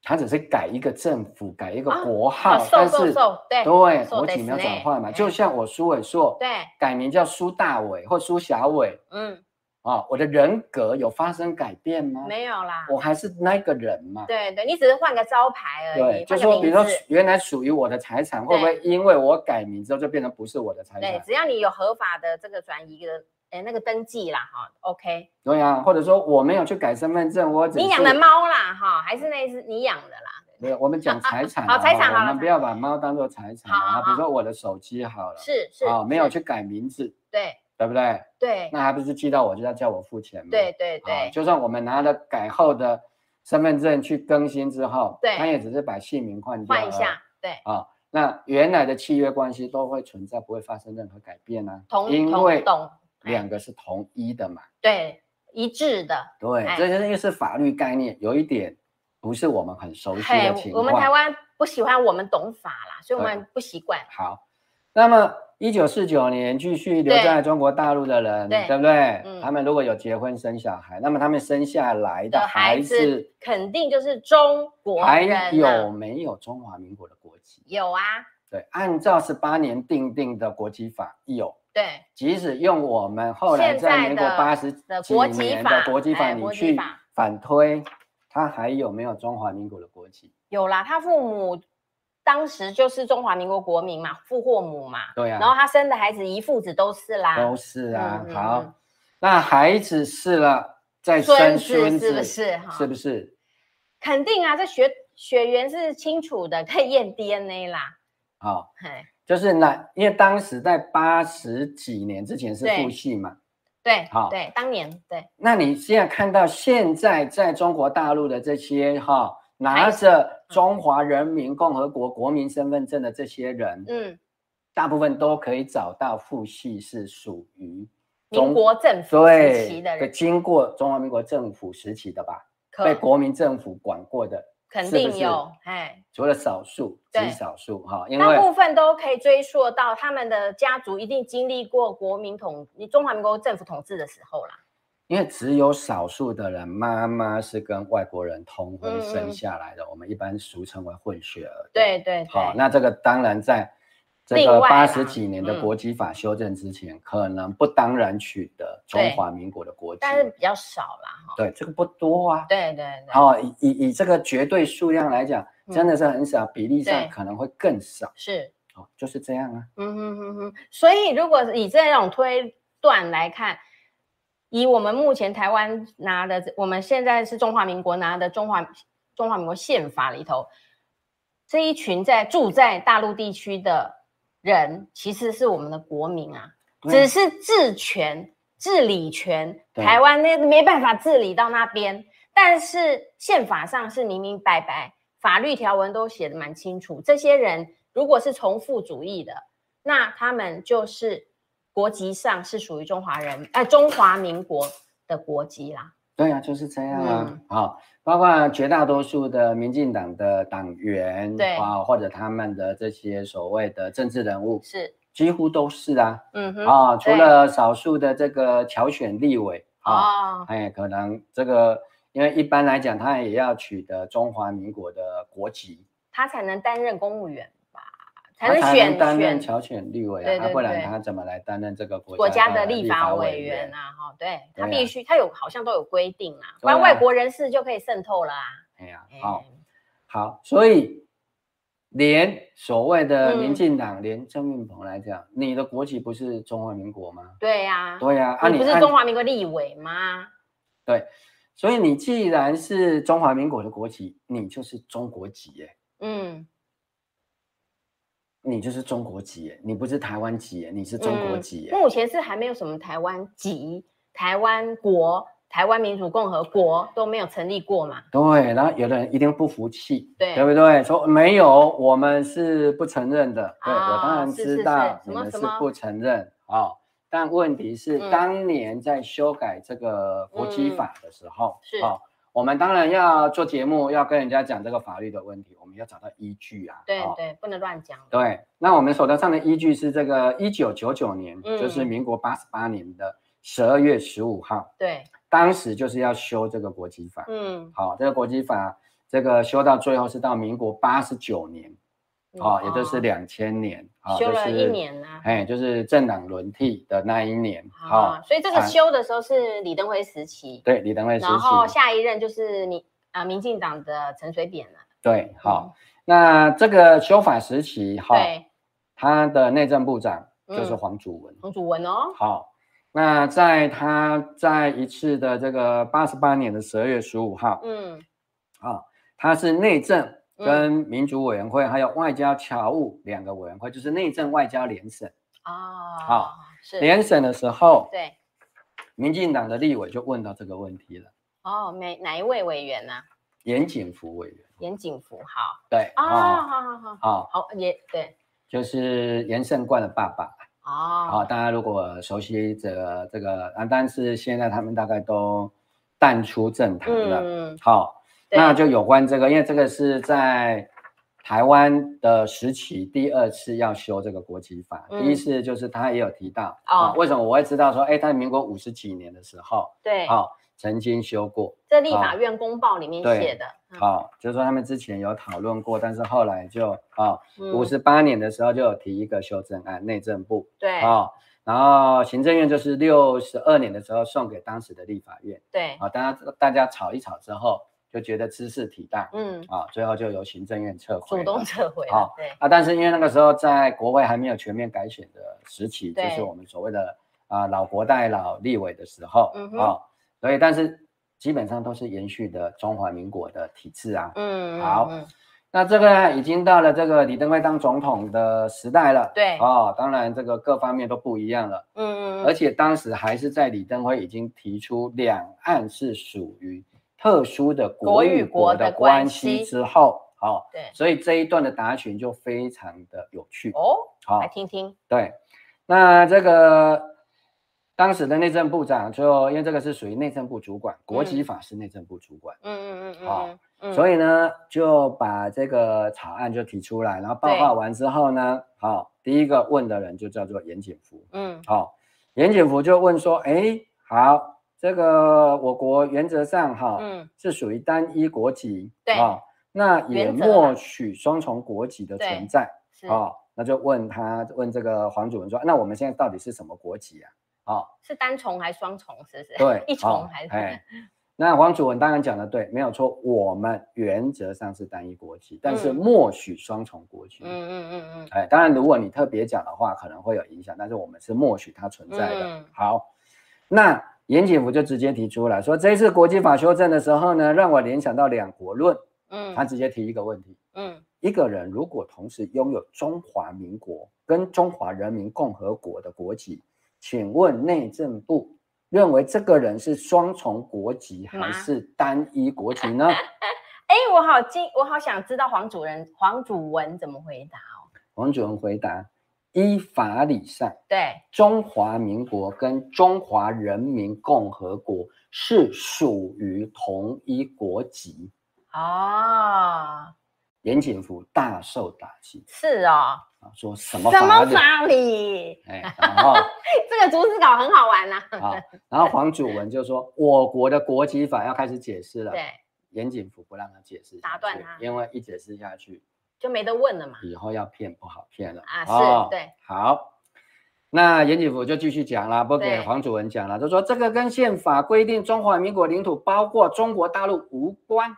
他只是改一个政府，改一个啊国号，好，瘦但瘦是瘦，对对瘦国得籍没有是转呢换嘛，哎就像我苏伟硕对，改名叫苏大伟或苏小伟嗯，啊、我的人格有发生改变吗？没有啦，我还是那个人嘛。对对，你只是换个招牌而已，对，就换是个说，比名如说字，原来属于我的财产，会不会因为我改名之后就变成不是我的财对，产？只要你有合法的这个转移的，哎，那个登记啦，哈，OK，对啊，或者说我没有去改身份证，我只是你养的猫啦，哈，还是那一只你养的啦，没有，我们讲财产 啊，好财产好我了们不要把猫当做财产好好啊。好比如说我的手机好了，是是啊，没有是去改名字，对对不对？对那还不是寄到我就要叫我付钱吗？对对啊，对，就算我们拿了改后的身份证去更新之后，对他也只是把姓名换掉换一而已下，对，啊。那原来的契约关系都会存在，不会发生任何改变啊，同因同为懂，哎两个是同一的嘛。对一致的，对，哎这就是因为是法律概念，有一点不是我们很熟悉嘿的情，我况。们台湾不喜欢我们懂法啦，所以我对们不习惯，好，那么一九四九年继续留对在中国大陆的人，对对不对、嗯他们如果有结婚生小孩，那么他们生下来的的孩孩子子肯定就是中国还人啊有没有中华民国的国籍？有啊，对，按照十八年定定的国籍法有。对即使用我们后来现在在民国的八十的几国籍年法的国籍法，哎你国籍去法反推，它还有没有中华民国的国籍？有啦，他父母当时就是中华民国国民嘛，父或母嘛，对然后啊，他生的孩子一父子都是啦，都是啊。嗯嗯好、嗯那孩子是了，再孙生子孙是不是哈？是不是？肯定啊，这血血缘是清楚的，可以验 DNA 啦。好、嘿，就是那，因为当时在八十几年之前是对父系嘛，对，好对，当年对那你现在看到现在在中国大陆的这些哈、拿孩子着中华人民共和国国民身份证的这些人，嗯，大部分都可以找到父系是属于民国政府时期对的人经过中华民国政府时期的吧，被可国民政府管过的肯是不定是有，哎，除了少数，对极少数哈，因大部为分都可以追溯到他们的家族一定经历过国民统中华民国政府统治的时候啦。因为只有少数的人，妈妈是跟外国人通嗯婚嗯生下来的，我们一般俗称为混血儿。，对对对，好，哦那这个当然在这另个外啦八十几年的嗯国籍法修正之前，可能不当然取得中对华民国的国籍，但是比较少啦，哈。对这个不多啊。对对对，哦，以以以这个绝对数量来讲，嗯真的是很少，比例上对可能会更少。是，哦，就是这样啊。嗯哼哼哼。所以如果以这种推断来看，以我们目前台湾拿的这，我们现在是中华民国拿的中华中华民国宪法里头，这一群在住在大陆地区的人，其实是我们的国民啊。对只是治权、治理权，对台湾那没办法治理到那边。但是宪法上是明明白白，法律条文都写的蛮清楚。这些人如果是从父主义的，那他们就是国籍上是属于中华人，呃，中华民国的国籍啦。对啊，就是这样啊嗯。好、包括绝大多数的民进党的党员，对啊，或者他们的这些所谓的政治人物，是，几乎都是啊。嗯哼，啊，除对了少数的这个侨选立委啊，哦，哎，可能这个。因为一般来讲，他也要取得中华民国的国籍，他才能担任公务员吧，才他能才选能担任选侨选立委啊，对啊对不然对他怎么来担任这个国国家的的立法法委员员？啊，哈，对他对啊必须，他有好像都有规定啦，不对啊然外国人士就可以渗透了啊。哎呀，哎好，好，所以连所谓的民嗯进党，连郑运鹏来讲，你的国籍不是中华民国吗？对呀，对呀、啊，你不是按中华民国立委吗？对，所以你既然是中华民国的国籍，你就是中国籍耶，嗯，你就是中国籍耶，你不是台湾籍耶，你是中国嗯籍耶。目前是还没有什么台湾籍、台湾国、台湾民主共和国都没有成立过嘛。对，然后有的人一定不服气，对对不对？说没有，我们是不承认的。对我当啊然是是知是道什你么们什是么不承认啊、哦，但问题是嗯当年在修改这个国籍嗯法的时候，是哦，我们当然要做节目，要跟人家讲这个法律的问题，我们要找到依据啊。对哦对，不能乱讲。对，那我们手头上的依据是这个一九九九年，就是嗯民国八十八年的十二月十五号，对，当时就是要修这个国籍法。嗯，好，这个国籍法这个修到最后是到民国八十九年，哦，也就是两千年，啊，修嗯了就一是，年啊。哎，就是政党轮替的那一年，好、啊，所以这个啊修的时候是李登辉时期，对，李登辉时然后期，下一任就是民啊民进党的陈水扁了。嗯对，好、那这个修法时期，哈、对，他的内政部长就是嗯黄祖文，洪祖文哦，好，那在他在一次的这个八十八年的十二月十五号，嗯，啊、他是内政嗯跟民主委员会，还有外交侨务两个委员会，就是内政外交联审。哦，好，是，联审的时候，对，民进党的立委就问到这个问题了，哦，哪哪一位委员呢、严景福委员，严景福，好，对，哦，啊、好好好，好、好，也对，就是严胜冠的爸爸。好、哦，大家如果熟悉这个这个啊，但是现在他们大概都淡出政坛了。嗯，好、对那就有关这个，因为这个是在台湾的时期第二次要修这个国籍法，嗯第一次就是他也有提到哦啊、为什么我会知道说，哎，他民国五十几年的时候，对，啊、曾经修过，这立法好院公报里面对写的，嗯啊、就是说他们之前有讨论过，但是后来就啊，嗯五十八年的时候就有提一个修正案，内政部对啊、然后行政院就是六十二年的时候送给当时的立法院对，啊，大家大家吵一吵之后，就觉得知识体大，嗯，啊，最后就由行政院撤回主了。动撤回好了，对，啊，但是因为那个时候在国会还没有全面改选的时期，就对是我们所谓的啊、老国代老立委的时候，嗯哼啊，所以但是基本上都是延续的中华民国的体制啊。嗯，好嗯嗯那这个已经到了这个李登辉当总统的时代了，对哦，当然这个各方面都不一样了，嗯嗯，而嗯且当时还是在李登辉已经提出两岸是属于特殊的国国与与国国的的关关系系之后，好、对，所以这一段的答询就非常的有趣。哦，好、来听听，对，那这个当时的内政部长就因为这个是属于内政部主管，国籍法是内政部主管。嗯嗯嗯嗯好嗯，嗯所以呢，就把这个草案就提出来，然后报对告完之后呢，好、第一个问的人就叫做严景福，嗯好、严景福就问说，哎，好，这个我国原则上哈、嗯，是属于单一国籍，对哦，那也原则啦默许双重国籍的对存在，是哦，那就问他问这个黄主任说，那我们现在到底是什么国籍啊？哦，是单重还是双重？是不是？，对 一重还哦哎是？那黄主文当然讲的对，没有错。我们原则上是单一国籍，但是嗯默许双重国籍。嗯嗯嗯嗯哎，当然，如果你特别讲的话，可能会有影响，但是我们是默许它存在的。嗯好，那严景福就直接提出来说，这一次国际法修正的时候呢，让我联想到两国论。嗯他直接提一个问题：嗯一个人如果同时拥有中华民国跟中华人民共和国的国籍，请问内政部认为这个人是双重国籍还妈是单一国籍 呢？哎、我好惊，我好想知道黄主任黄主文怎么回答哦。王主任回答：依法理上，对，中华民国跟中华人民共和国是属于同一国籍。哦，严景福大受打击是哦，啊，说什么什法么理？法理？哎，然后。 这个逐字稿很好玩啊呐、好，啊然后黄祖文就说，我国的国籍法要开始解释了。 对，严景福不让他解释下去，打断他因为一解释下去，就没得问了嘛。以后要骗不好骗了啊，是、哦对，好，那严景福就继续讲了，不给对黄祖文讲了，就说这个跟宪法规定中华民国领土包括中国大陆无关。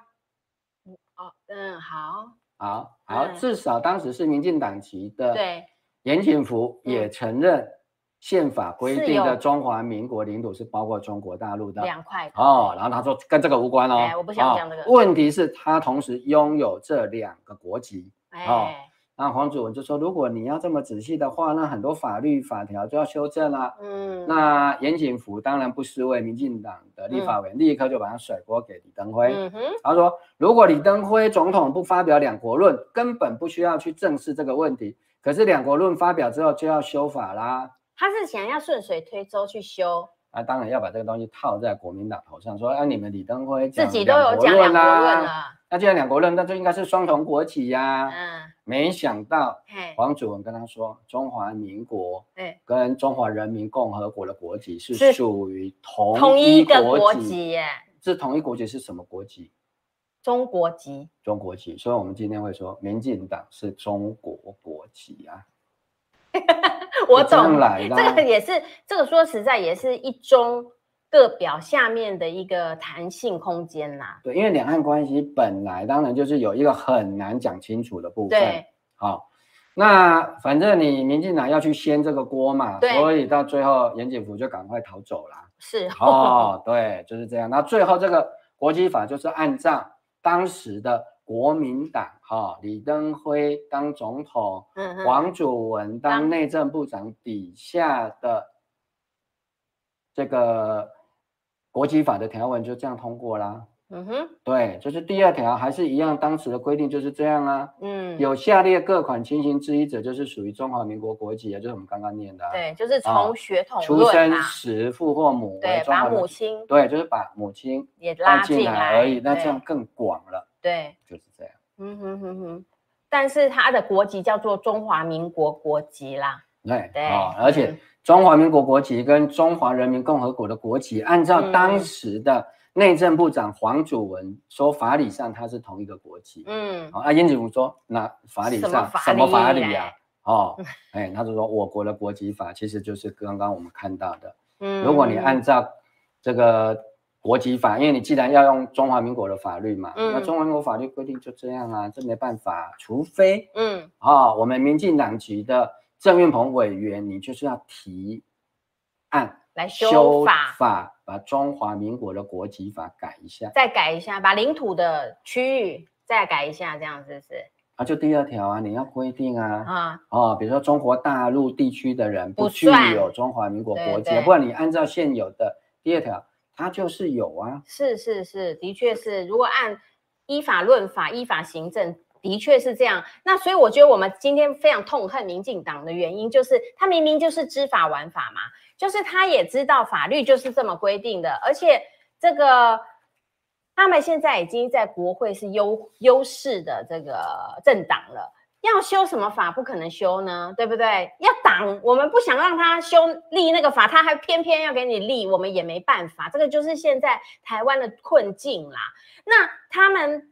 哦，嗯， 好，好好，嗯至少当时是民进党籍的对，严景福也嗯承认宪法规是定的有中华民国领土是包括中国大陆的。两块的哦，然后他说跟这个无关哦。哎我不想讲这个哦问题是，他同时拥有这两个国籍。哎、哦那黄祖文就说，如果你要这么仔细的话，那很多法律法条就要修正啦、嗯，那严景福当然不失为民进党的立法委员，立刻就把他甩锅给李登辉。嗯哼，他说，如果李登辉总统不发表两国论，根本不需要去正视这个问题。可是两国论发表之后就要修法啦，他是想要顺水推舟去修，啊，当然要把这个东西套在国民党头上，说啊，你们李登辉自讲己都有讲两两国国论啊论啊啦，了，那既然两国论，那就应该是双重国籍呀、嗯，没想到嘿，黄祖文跟他说，中华民国对，跟中华人民共和国的国籍是是属于同同一一个国国籍耶，是同一国籍是什么国籍？中国籍，中国籍，所以我们今天会说，民进党是中国国籍啊。我就这样懂了。来啦。这个也是，这个说实在也是一中各表下面的一个弹性空间啦。对，因为两岸关系本来当然就是有一个很难讲清楚的部分。对，好、那反正你民进党要去掀这个锅嘛，对所以到最后严景福就赶快逃走 啦。是哦， 对，就是这样。那最后这个国际法就是按照当时的国民党哈、李登辉当总统，嗯哼王祖文当当内政部长底下的这个国际法的条文就这样通过啦。嗯哼，对，就是第二条还是一样，当时的规定就是这样啊。嗯，有下列各款情形之一者，就是属于中华民国国籍啊，就是我们刚刚念的、啊。，对，就是啊从血统出论生啦，时父或母为对，中华把民母国亲对，就是把母亲也放拉进来而已，那这对样更广了，对，就是这样。嗯哼哼哼。但是他的国籍叫做中华民国国籍啦，对，对哦，而且嗯中华民国国籍跟中华人民共和国的国籍，按照当嗯时的内政部长黄祖文说，法理上它是同一个国籍。嗯哦，啊，燕子如说，那法理什么上法什么法理理呀、嘞 哦，哎，他就说我国的国籍法其实就是刚刚我们看到的，嗯。哦如果你按照这个国籍法，因为你既然要用中华民国的法律嘛，那嗯中华民国法律规定就这样啊，这没办法，除非嗯啊、我们民进党籍的郑运鹏委员，你就是要提案来修法，法把中华民国的国籍法改一下，再改一下，把领土的区域再改一下，这样是不是？啊，就第二条啊，你要规定啊，啊，哦，比如说中国大陆地区的人不不具算有中华民国对国籍，对不然你按照现有的第二条，它就是有啊。是是是，的确是。如果按依法论法、依法行政，的确是这样。那所以我觉得我们今天非常痛恨民进党的原因，就是他明明就是知法玩法嘛，就是他也知道法律就是这么规定的，而且这个。他们现在已经在国会是优优势的这个政党了，要修什么法不可能修呢？对不对？要挡，我们不想让他修立那个法，他还偏偏要给你立，我们也没办法。这个就是现在台湾的困境啦。那他们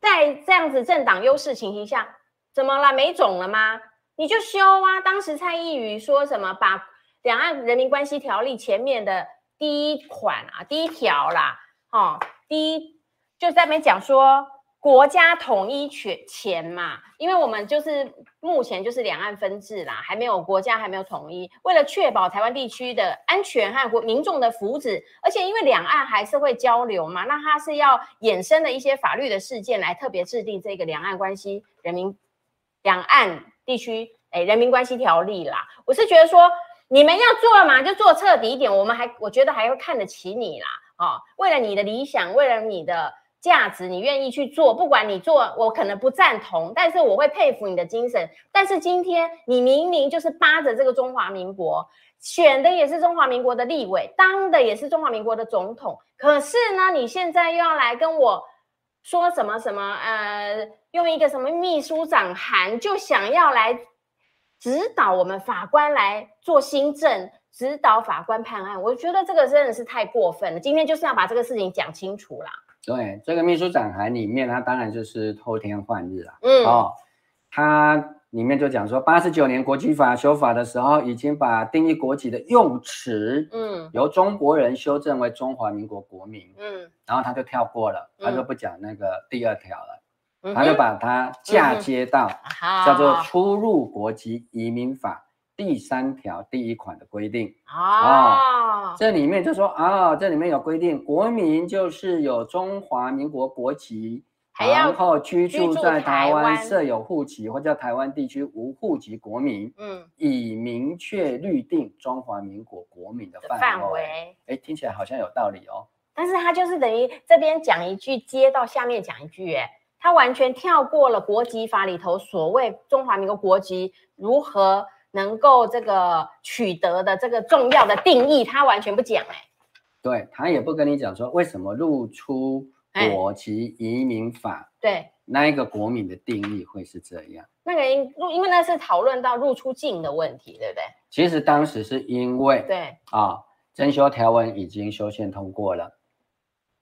在这样子政党优势情形下，怎么了？没种了吗？你就修啊！当时蔡依宇说什么把《两岸人民关系条例》前面的第一款啊，第一条啦，哦，第一就在那边讲说国家统一权前嘛，因为我们就是目前就是两岸分治啦，还没有国家还没有统一。为了确保台湾地区的安全和国民众的福祉，而且因为两岸还是会交流嘛，那它是要衍生的一些法律的事件来特别制定这个《两岸关系人民两岸》。地区诶，人民关系条例啦，我是觉得说你们要做嘛，就做彻底一点，我们还我觉得还会看得起你啦，哦，为了你的理想，为了你的价值，你愿意去做，不管你做我可能不赞同，但是我会佩服你的精神。但是今天你明明就是扒着这个中华民国，选的也是中华民国的立委，当的也是中华民国的总统，可是呢，你现在又要来跟我。说什么什么呃，用一个什么秘书长函，就想要来指导我们法官来做新政，指导法官判案。我觉得这个真的是太过分了。今天就是要把这个事情讲清楚啦。对，这个秘书长函里面，他当然就是偷天换日啊。嗯，哦，他里面就讲说，八十九年国籍法修法的时候，已经把定义国籍的用词，嗯由中国人修正为中华民国国民，嗯然后他就跳过了，他就嗯不讲那个第二条了，嗯哼，嗯他就把它嫁接到好叫做《出入国籍移民法》第三条第一款的规定。哦，这里面就说啊、这里面有规定，国民就是有中华民国国籍，还要然后居住居在台住台湾湾设有户籍或叫台湾地区无户籍国民，嗯以明确律定中华民国国民的的范范围。围，哎，听起来好像有道理哦。但是他就是等于这边讲一句，接到下面讲一句、哎，他完全跳过了国籍法里头所谓中华民国国籍如何能够这个取得的这个重要的定义，他完全不讲、哎，对他也不跟你讲说为什么入出国籍移民法对，那一个国民的定义会是这样。那个因入，因为那是讨论到入出境的问题，对不对？其实当时是因为对，啊，征修条文已经修宪通过了。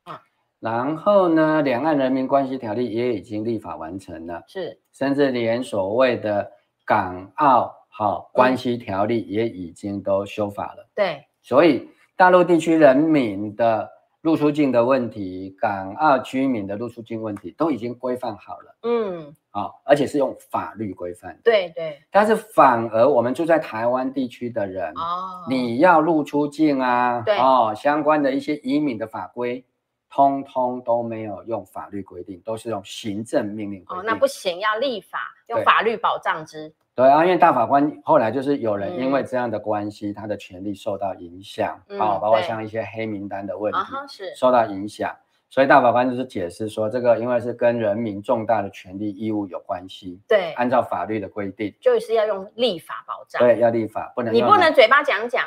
嗯然后呢，两岸人民关系条例也已经立法完成了，是，甚至连所谓的港澳好、关系条例也已经都修法了。对，所以，大陆地区人民的入出境的问题，港澳居民的入出境问题都已经规范好了嗯，啊、而且是用法律规范的。对对，但是反而我们住在台湾地区的人，哦，你要入出境啊，对哦，相关的一些移民的法规，通通都没有用法律规定，都是用行政命令规哦，定。那不行，要立法，用对法律保障之，对啊，因为大法官后来就是有人嗯因为这样的关系，他的权利受到影响啊、嗯包括对像一些黑名单的问题啊哈，是，受到影响，所以大法官就是解释说，这个因为是跟人民重大的权利义务有关系，对，按照法律的规定，就是要用立法保障，啊对，要立法，不能你用不能嘴巴讲讲，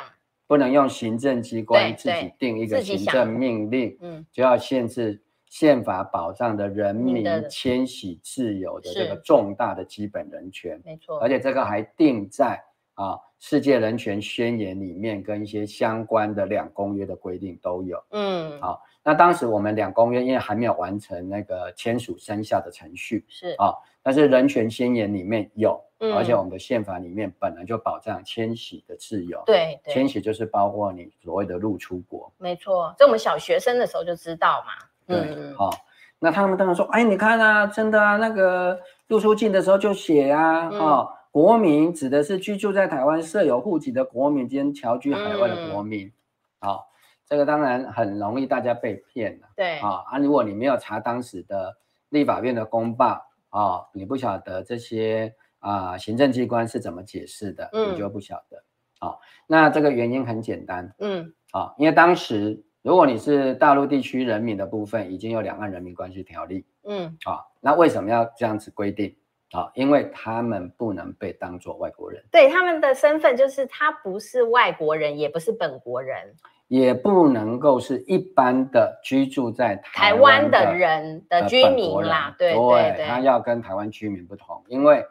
不能用行政机关对自己对定一个自己行想政命令，嗯，就要限制宪法保障的人你民的迁徙自由的这个是重大的基本人权，没错，而且这个还定在啊世界人权宣言里面跟一些相关的两公约的规定都有。嗯，好那当时我们两公约因为还没有完成那个签署生效的程序，是，啊但是人权宣言里面有，嗯而且我们的宪法里面本来就保障迁徙的自由。对迁对，徙就是包括你所谓的入出国，没错，这我们小学生的时候就知道嘛，对，嗯，好、那他们当然说，哎，你看啊，真的啊，那个入出境的时候就写啊，嗯哦，国民指的是居住在台湾设有户籍的国民兼侨居海外的国嗯民，好、这个当然很容易大家被骗了对，啊、啊，如果你没有查当时的立法院的公报啊、你不晓得这些啊、行政机关是怎么解释的，嗯你就不晓得。好、那这个原因很简单，嗯，啊，因为当时如果你是大陆地区人民的部分，已经有两岸人民关系条例嗯，啊，那为什么要这样子规定啊？因为他们不能被当作外国人，对，他们的身份就是他不是外国人，也不是本国人，也不能够是一般的居住在台湾呃湾的人的居本民国啦，人对对对，他要跟台湾居民不同，因为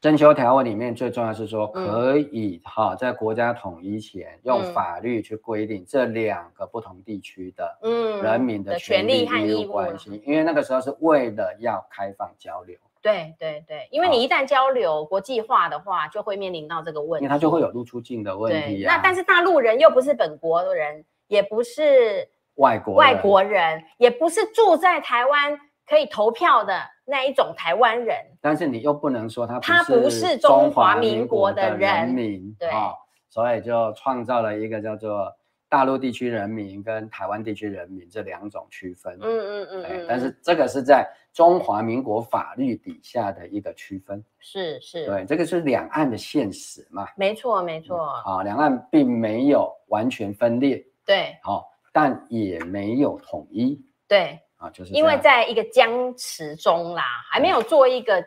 征求条文里面最重要是说，嗯可以哈、在国家统一前用嗯法律去规定这两个不同地区的嗯人民的的权权利利和义义务啊务啦关系，因为那个时候是为了要开放交流，对对对，因为你一旦交流国际化的话，就会面临到这个问题。因为他就会有入出境的问对，题啊。那但是大陆人又不是本国人，也不是外国外人国人，也不是住在台湾可以投票的那一种台湾人。但是你又不能说他他不不是中中华华民民国国的的人人民，对哦，所以就创造了一个叫做大陆地区人民跟台湾地区人民这两种区分。嗯嗯嗯哎嗯，但嗯是这个是在中华民国法律底下的一个区分，是是，对，这个是两岸的现实嘛，没错没错，啊，两岸并没有完全分裂，对哦，但也没有统一，对，啊，就是因为这样嗯在一个僵持中啦，还没有做一个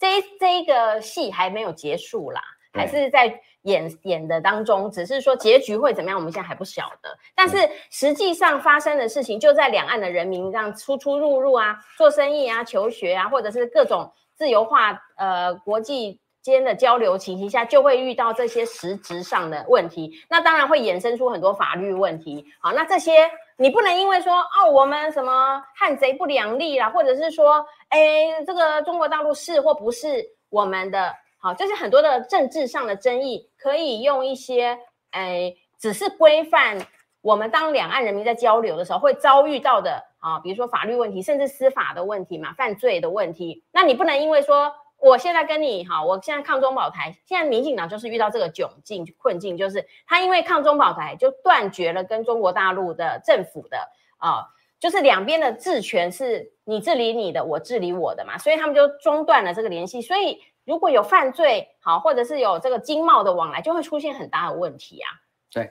这一这一个戏还没有结束啦，对还是在演演的当中，只是说结局会怎么样，我们现在还不晓得。但是实际上发生的事情，就在两岸的人民这样出出入入啊，做生意啊，求学啊，或者是各种自由化呃国际。间的交流情形下，就会遇到这些实质上的问题，那当然会衍生出很多法律问题。好，那这些你不能因为说哦，我们什么汉贼不两立啦，或者是说，哎，这个中国大陆是或不是我们的，好，就是很多的政治上的争议，可以用一些，哎，只是规范我们当两岸人民在交流的时候会遭遇到的啊，比如说法律问题，甚至司法的问题嘛，犯罪的问题。那你不能因为说我现在跟你哈，我现在抗中保台，现在民进党就是遇到这个窘境困境，就是他因为抗中保台就断绝了跟中国大陆的政府的啊。就是两边的治权是你治理你的，我治理我的嘛，所以他们就中断了这个联系。所以如果有犯罪，好，或者是有这个经贸的往来，就会出现很大的问题啊。对，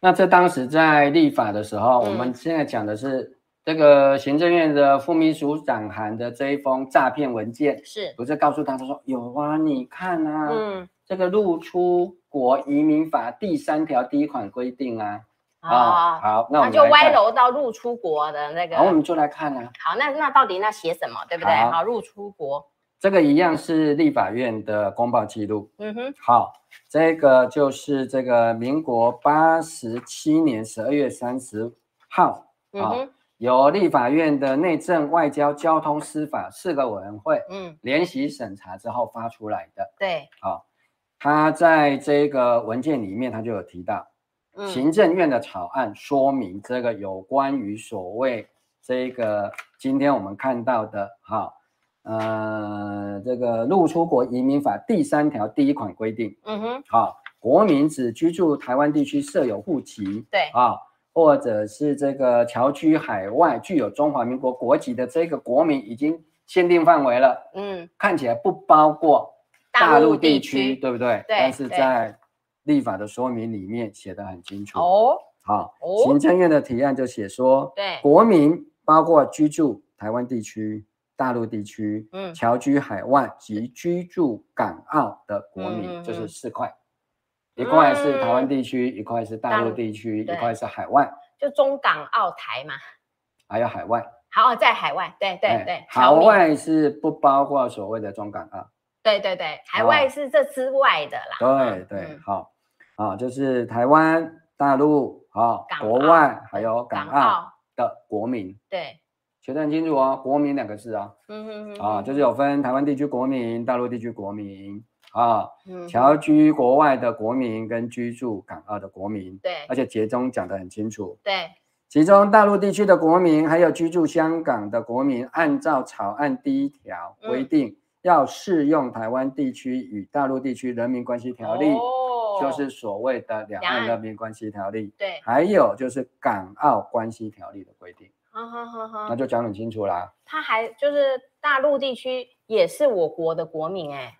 那这当时在立法的时候，我嗯们现在讲的是这个行政院的副秘书长函的这一封诈骗文件，是，不是告诉大家说有啊，你看啊，嗯这个入出国移民法第三条第一款规定啊，啊，好，那那我们就来歪看，楼到入出国的那个。然后我们就来看啊，好，那那到底那写什么，对不对？好好，入出国，这个一样是立法院的公报记录，嗯哼，好，这个就是这个民国八十七年十二月三十号。嗯哼，由立法院的内政、外交、交通、司法四个委员会嗯，联席审查之后发出来的。对，好、他在这个文件里面他就有提到，嗯，行政院的草案说明这个有关于所谓这个今天我们看到的哈、呃，这个入出国移民法第三条第一款规定，嗯哼，哈、国民只居住台湾地区设有户籍，对，啊，或者是这个侨居海外具有中华民国国籍的这个国民已经限定范围了，嗯，看起来不包括大大陆陆地地区区，对不对？对但是对在立法的说明里面写得很清楚。，哦，好，哦行政院的提案就写说，对，国民包括居住台湾地区、大陆地区、嗯侨居海外及居住港澳的国嗯嗯民，嗯就是四块。一块是台湾嗯地区，一块是大大陆陆地区，对一块是海外，就中港澳台嘛，还有海外。好，在海外，对对哎对，海侨民，外是不包括所谓的中港澳。对对对，海哦外是这之外的啦，对对，嗯好，啊，就是台湾、大陆、啊港国澳外还有港港澳澳，的国民，对，学得很清楚哦，国民两个字啊。嗯哼哼，啊，就是有分台湾地区国民、大陆地区国民啊，嗯侨居国外的国民跟居住港澳的国民，对而且节中讲得很清楚，对，其中大陆地区的国民还有居住香港的国民，按照草案第一条嗯规定，要适用台湾地区与大陆地区人民关系条例，哦就是所谓的两两岸岸人民关系条例，对，还有就是港澳关系条例的规定，哈哈哈那哈，就讲得很清楚啦。他还就是大陆地区也是我国的国民哎，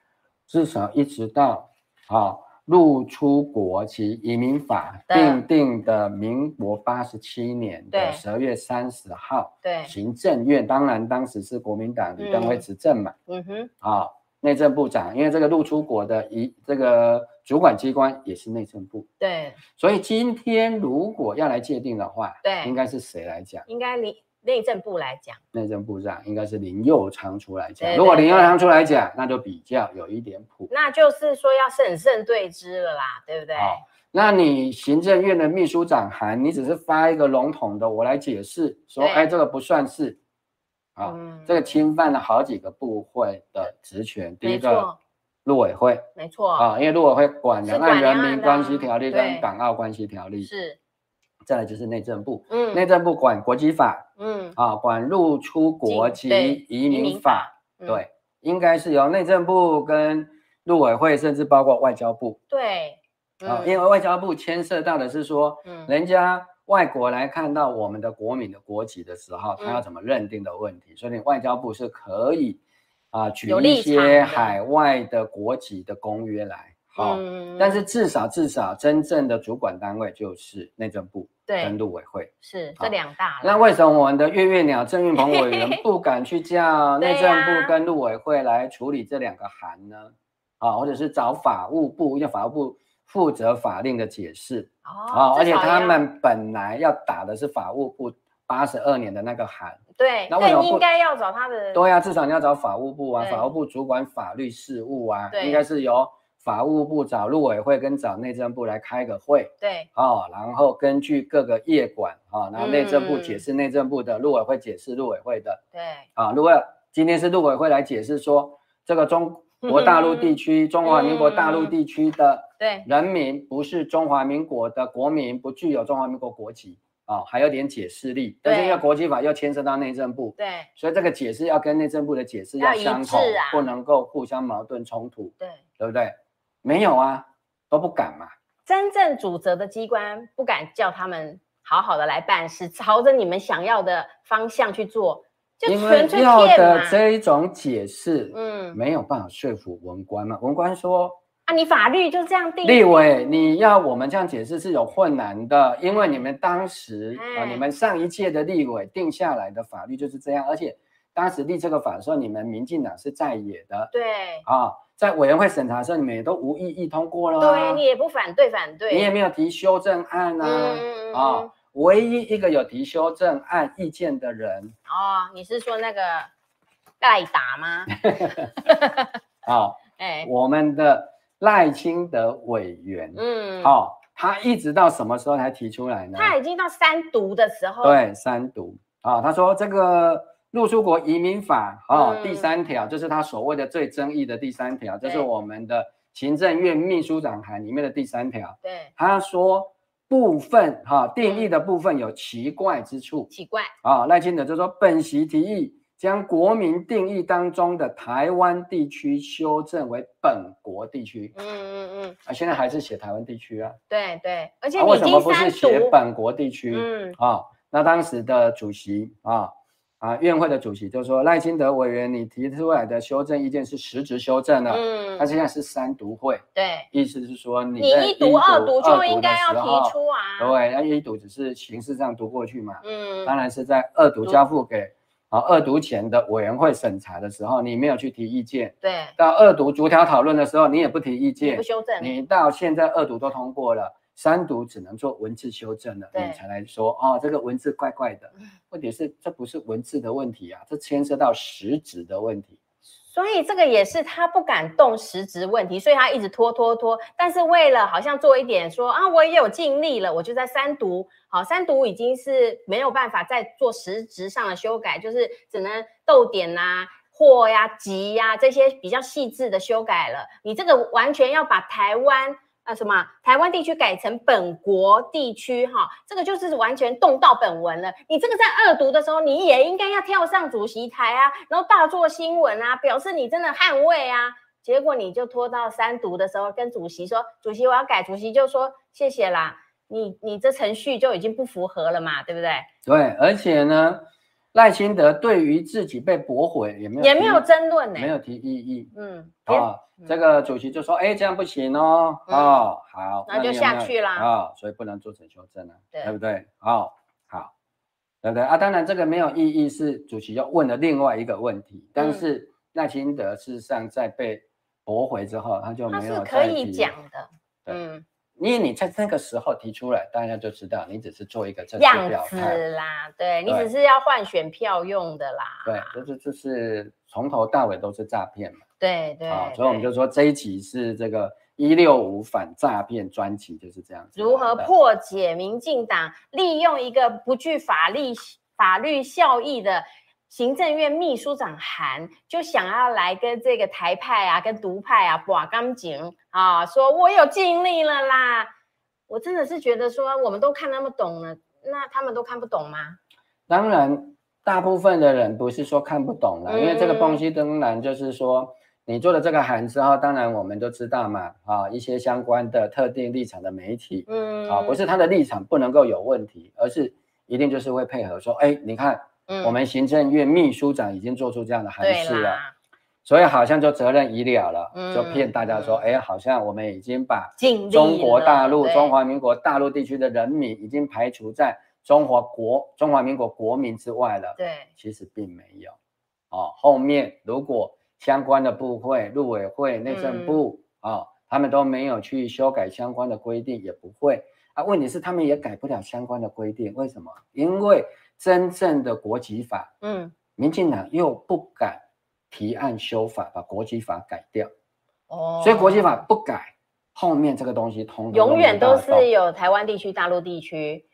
至少一直到啊入出国及移民法对定定的民国八十七年对的十二月三十号，对，行政院当然当时是国民党李登辉嗯执政嘛，嗯哼，啊内政部长，因为这个入出国的一这个主管机关也是内政部，对所以今天如果要来界定的话，对应该是谁来讲？应该内内政部来讲，内政部长应该是林佑昌出来讲。对如果对林佑对昌出来讲，那就比较有一点谱。那就是说要审慎对之了啦，对不对？好那你行政院的秘书长函，你只是发一个笼统的，我来解释说，对哎，这个不算是啊，嗯这个侵犯了好几个部会的职权。第一没个错，陆委会没错，啊，因为陆委会管是两管岸人两岸民的关啊系条例对跟港澳关系条例，是，再来就是内政部，嗯内政部管国籍法嗯，啊，管入出国进及对移移民民法，嗯对，应该是由内政部跟陆委会，甚至包括外交部对，啊，嗯因为外交部牵涉到的是说，嗯人家外国来看到我们的国民的国籍的时候，他要嗯怎么认定的问题，所以你外交部是可以啊、举有立一场些的海外的国籍的公约来，好、嗯但是至少至少真正的主管单位就是内政部对跟陆委会。是好这两大那了，为什么我们的月月鸟郑运鹏委员不敢去叫对内政呀部跟陆委会来处理这两个函呢？啊，或者是找法务部，因为法务部负责法令的解释。哦哦，而至且少他要们本来要打的是法务部八十二年的那个函，对那为什么更应不该要找他的，对啊，至少你要找法务部啊，对法务部主管法律事务啊，对应该是由法务部找陆委会跟找内政部来开个会对哦，然后根据各个业管啊、哦，然后内政部嗯解释内政部的，陆委会解释陆委会的对啊。如果今天是陆委会来解释说这个中国大陆地区、中华民国大陆地区嗯的对人民不是中华民国的国民，不具有中华民国国籍啊、还有点解释力。但是因为国际法又牵涉到内政部，对所以这个解释要跟内政部的解释要相同，要一致啊不能够互相矛盾冲突，对，对不对？没有啊，都不敢嘛。真正主责的机关不敢叫他们好好的来办事，朝着你们想要的方向去做，就因为纯粹要骗的嘛。这一种解释，嗯，没有办法说服文官嘛。文官说，啊，你法律就这样定， 立委，你要我们这样解释是有困难的，因为你们当时啊、哎你们上一届的立委定下来的法律就是这样，而且当时立这个法的时候，你们民进党是在野的对啊、在委员会审查的时候，你们也都无异议通过了、啊，对，你也不反对反对，你也没有提修正案啊，啊、嗯嗯唯一一个有提修正案意见的人哦，你是说那个赖打 吗？啊、哎，我们的赖清德委员，嗯，好、他一直到什么时候才提出来呢？他已经到三读的时候，，对，三读啊、他说这个入出国移民法哦，嗯第三条就是他所谓的最争议的第三条，这是对我们的行政院秘书长函里面的第三条。对，他说部分哈、定嗯义的部分有奇怪之处奇怪，啊、赖清德就说本席提议。将国民定义当中的台湾地区修正为本国地区嗯嗯嗯，啊，现在还是写台湾地区啊，对对，而且啊你为已什么经不是三写读，本国地区？嗯，啊、那当时的主席啊啊，院会的主席就说赖清德委员，你提出来的修正意见是实质修正的，他嗯，现在是三读会，对，意思是说你你在一读二读就应该要的时候提，出啊，对，那一读只是形式上读过去嘛，嗯，当然是在二读交付给啊二读前的委员会审查的时候，你没有去提意见。对，到二读逐条讨论的时候，你也不提意见不，修正，你到现在二读都通过了，三读只能做文字修正了，对你才来说哦，这个文字怪怪的。问题是这不是文字的问题啊，这牵涉到实质的问题。所以这个也是他不敢动实质问题，所以他一直拖拖拖。但是为了好像做一点说啊，我也有尽力了，我就在三读。好，三读已经是没有办法再做实质上的修改，就是只能逗点呐、或呀、及呀、这些比较细致的修改了。你这个完全要把台湾。啊，什么啊台湾地区改成本国地区哈，这个就是完全动到本文了。你这个在二读的时候，你也应该要跳上主席台啊，然后大做新闻啊，表示你真的捍卫啊。结果你就拖到三读的时候，跟主席说：“主席，我要改。”主席就说：“谢谢啦，你你这程序就已经不符合了嘛，对不对？对，而且呢，赖清德对于自己被驳回也没有也提没有争论呢、没有提异议嗯，啊、连嗯这个主席就说，哎，这样不行哦，嗯哦，好，然后就你有没有下去啦啊、所以不能做成修正啊，对不对？哦，好，对不对啊？当然这个没有意义，是主席又问了另外一个问题，但嗯是赖清德事实上在被驳回之后，他就它没是有可再以提讲的，对嗯，因为你在那个时候提出来，大家就知道你只是做一个政治样表子态，啦，对你哎对只是要换选票用的啦，对，就是就是从头到尾都是诈骗嘛，对对啊，所以我们对就说这一集是这个一六五反诈骗专辑就是这样子来的，如何破解民进党利用一个不具法律法律效益的行政院秘书长函，就想要来跟这个台派啊、跟独派啊把钢琴啊，说我有尽力了啦。我真的是觉得说，我们都看那么懂了，那他们都看不懂吗？当然，大部分的人不是说看不懂啦，因为这个嗯东西当然就是说，你做了这个函之后，当然我们都知道嘛，啊，一些相关的特定立场的媒体，嗯，啊，不，是他的立场不能够有问题，而是一定就是会配合说，哎，你看嗯我们啊行政院秘书长已经做出这样的函对示了，啦，所以好像就责任已了了，嗯就骗大家说，嗯哎，好像我们已经把尽力中国大陆、了中，华民国大陆地区的人民已经排除在中华国、中华民国国民之外了。对对，其实并没有。哦，后面如果相关的部会、陆委会、内嗯政部啊、哦，他们都没有去修改相关的规定，也不会啊。问题是他们也改不了相关的规定，为什么？因为真正的国籍法，嗯，民进党又不敢提案修法，把国籍法改掉，哦，所以国籍法不改，后面这个东西通通永远没办都法动是有台湾地区、大陆地区，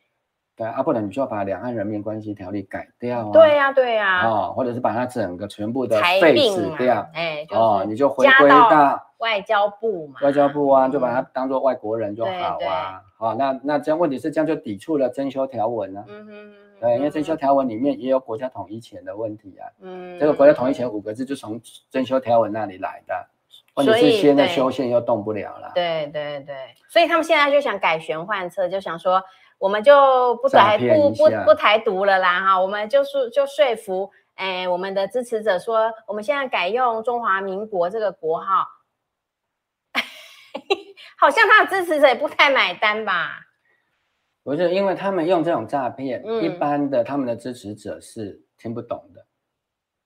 对啊，不然你就要把两岸人民关系条例改掉啊。对呀、对呀、哦，或者是把它整个全部的裁废并止嘛掉，哎，就是、哦，你就回加归到到外交部嘛，外交部啊，就把他嗯当做外国人就好啊。好、那那这样问题是这样就抵触了征修条文呢、啊？嗯哼，对，因为征修条文里面也有国家统一前的问题啊。嗯，嗯这个国家统一前五个字就从征修条文那里来的，问题所是以现在对修宪又动不了了。对对对，所以他们现在就想改弦换策，就想说我们就不台诈骗不一不下不台独了啦哈，我们就是就说服哎我们的支持者说，我们现在改用中华民国这个国号， 好像他的支持者也不太买单吧？不是因为他们用这种诈骗，嗯一般的他们的支持者是听不懂的，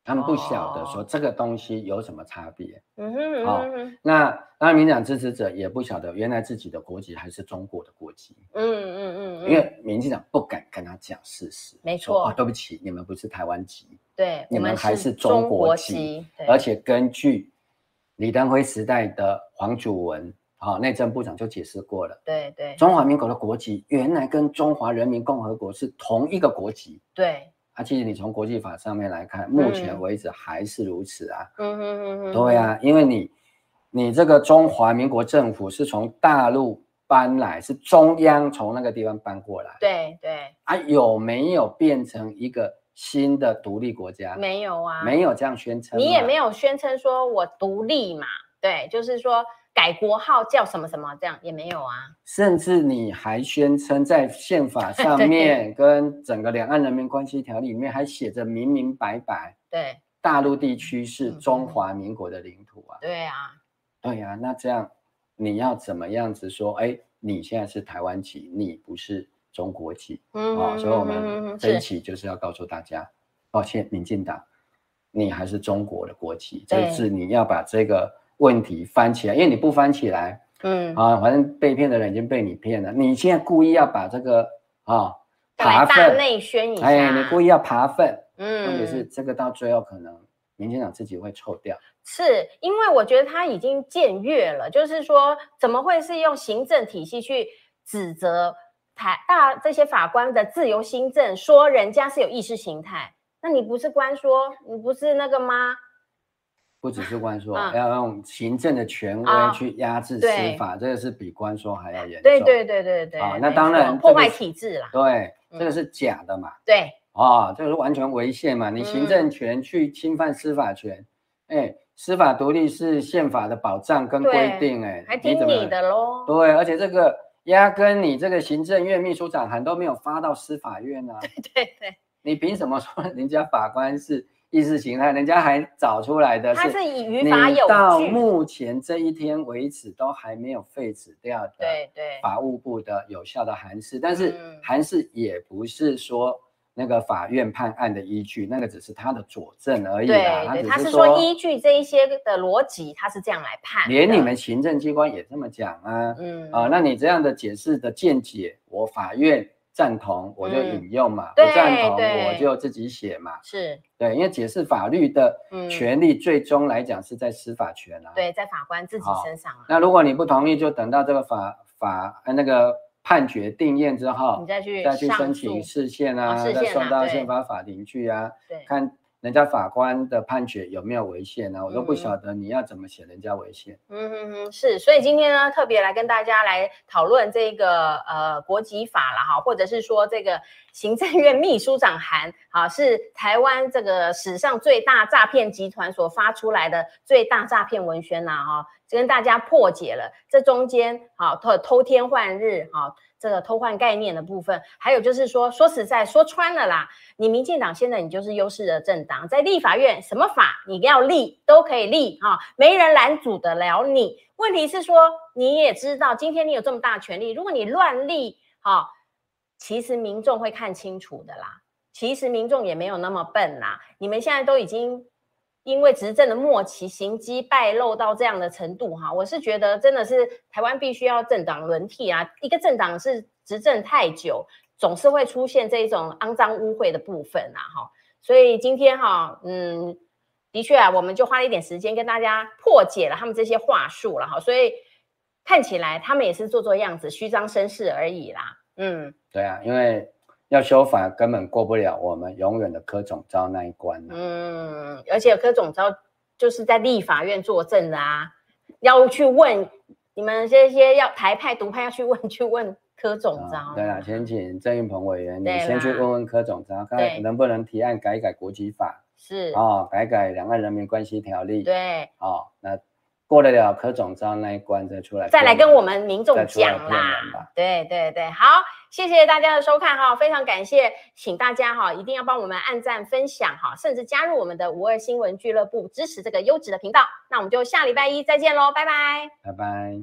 他们不晓得哦说这个东西有什么差别。嗯哼嗯好哼嗯那当然，民进党支持者也不晓得原来自己的国籍还是中国的国籍，嗯嗯嗯，哦因为民进党不敢跟他讲事实。没说错哦，对不起，你们不是台湾籍，对，你我们还是是中国国籍籍，对而且根据李登辉时代的黄祖文啊、内政部长就解释过了，对对中华民国的国籍原来跟中华人民共和国是同一个国籍。对，啊，其实你从国际法上面来看，目前嗯为止还是如此啊。嗯哼嗯哼，对啊呀、因为你你这个中华民国政府是从大陆搬来，是中央从那个地方搬过来，对对，啊，有没有变成一个新的独立国家？没有啊，没有这样宣称嘛，你也没有有宣称说我独立嘛，对，就是说改国号叫什么什么这样也没有啊，甚至你还宣称在宪法 上对面跟整个两岸人民关系条例里面还写着明明白白，对大陆地区是嗯中华民国的领土啊。对啊，对呀、那这样你要怎么样子说？哎，你现在是台湾籍，你不是中国籍啊、嗯哦所以我嗯嗯们嗯这一是期就是要告诉大家，抱歉，民进党，你还是中国的国籍，这对一次你要把这个问题翻起来，因为你不翻起来嗯，啊，反正被骗的人已经被你骗了，你现在故意要把这个啊再来爬大粪，内宣一下，哎，你故意要爬粪，嗯问题是这个到最后可能民进党自己会臭掉。是因为我觉得他已经僭越了，就是说，怎么会是用行政体系去指责台大这些法官的自由新政，说人家是有意识形态？那你不是官说，你不是那个吗？不只是官说，嗯要用行政的权啊威去压制司对法，这个是比官说还要严重。对对对对对，啊那没当错然破这个坏是体制啦，对，嗯这个是假的嘛？对，啊，这个是完全违宪嘛？嗯你行政权去侵犯司法权，哎，司法独立是宪法的保障跟对规定，哎，还听怎么你的喽。对，而且这个压根你这个行政院秘书长函都没有发到司法院啊，对对，你凭什么说人家法官是意识形态？人家还找出来的他是是以你语法有到据，目前这一天为止都还没有废止掉的对对，法务部的有效的函释，但是嗯函释也不是说那个法院判案的依据，那个只是他的佐证而已啦。对对，他他只是是说说依据这一些的逻辑，他是这样来判的。连你们行政机关也这么讲啊。嗯啊，那你这样的解释的见解，我法院赞同，我就嗯引用嘛；对不赞同，对我就自己写嘛。是对，因为解释法律的嗯权利，最终来讲是在司法权啊。。对，在法官自己身上啊，那如果你不同意，就等到这个法法呃那个判决定验之后你，再去再去申上请诉，释宪啊，哦释再宪啊送到对宪法法庭去啊，对，看人家法官的判决有没有违宪啊。我都不嗯晓得你要怎么写人家违宪。嗯哼哼，是，所以今天呢，特别来跟大家来讨论这个呃国籍法啦哈，或者是说这个行政院秘书长函啊，是台湾这个史上最大诈骗集团所发出来的最大诈骗文宣呐、哈，跟大家破解了这中间啊偷偷天换日啊。这个偷换概念的部分，还有就是说，说实在，说穿了啦，你民进党现在你就是优势的政党，在立法院什么法你要立都可以立啊，没人拦阻得了你。问题是说，你也知道，今天你有这么大的权利，如果你乱立啊，其实民众会看清楚的啦。其实民众也没有那么笨啦，你们现在都已经因为执政的末期行迹败露到这样的程度哈，我是觉得真的是台湾必须要政党轮替啊，一个政党是执政太久，总是会出现这一种肮脏污秽的部分啊哈，所以今天哈，嗯，的确啊，我们就花了一点时间跟大家破解了他们这些话术了哈，所以看起来他们也是做做样子，虚张声势而已啦，嗯。对啊，因为要修法根本过不了我们永远的柯总招那一关啊嗯，而且柯总招就是在立法院作证的啊，要去问你们这些要台派独派要去问去问柯总招、啊对啊，先请郑运鹏委员，你对先去啦问问柯总招，对看能不能提案改一改国籍法是，哦，改改两岸人民关系条例对，哦，那过得了柯总招那一关再出来，再来跟我。们民众再出来讲骗人啦吧。对对对，好，谢谢大家的收看哈，非常感谢，请大家哈一定要帮我们按赞、分享哈，甚至加入我们的五二新闻俱乐部，支持这个优质的频道。那我们就下礼拜一再见喽，拜拜。拜拜。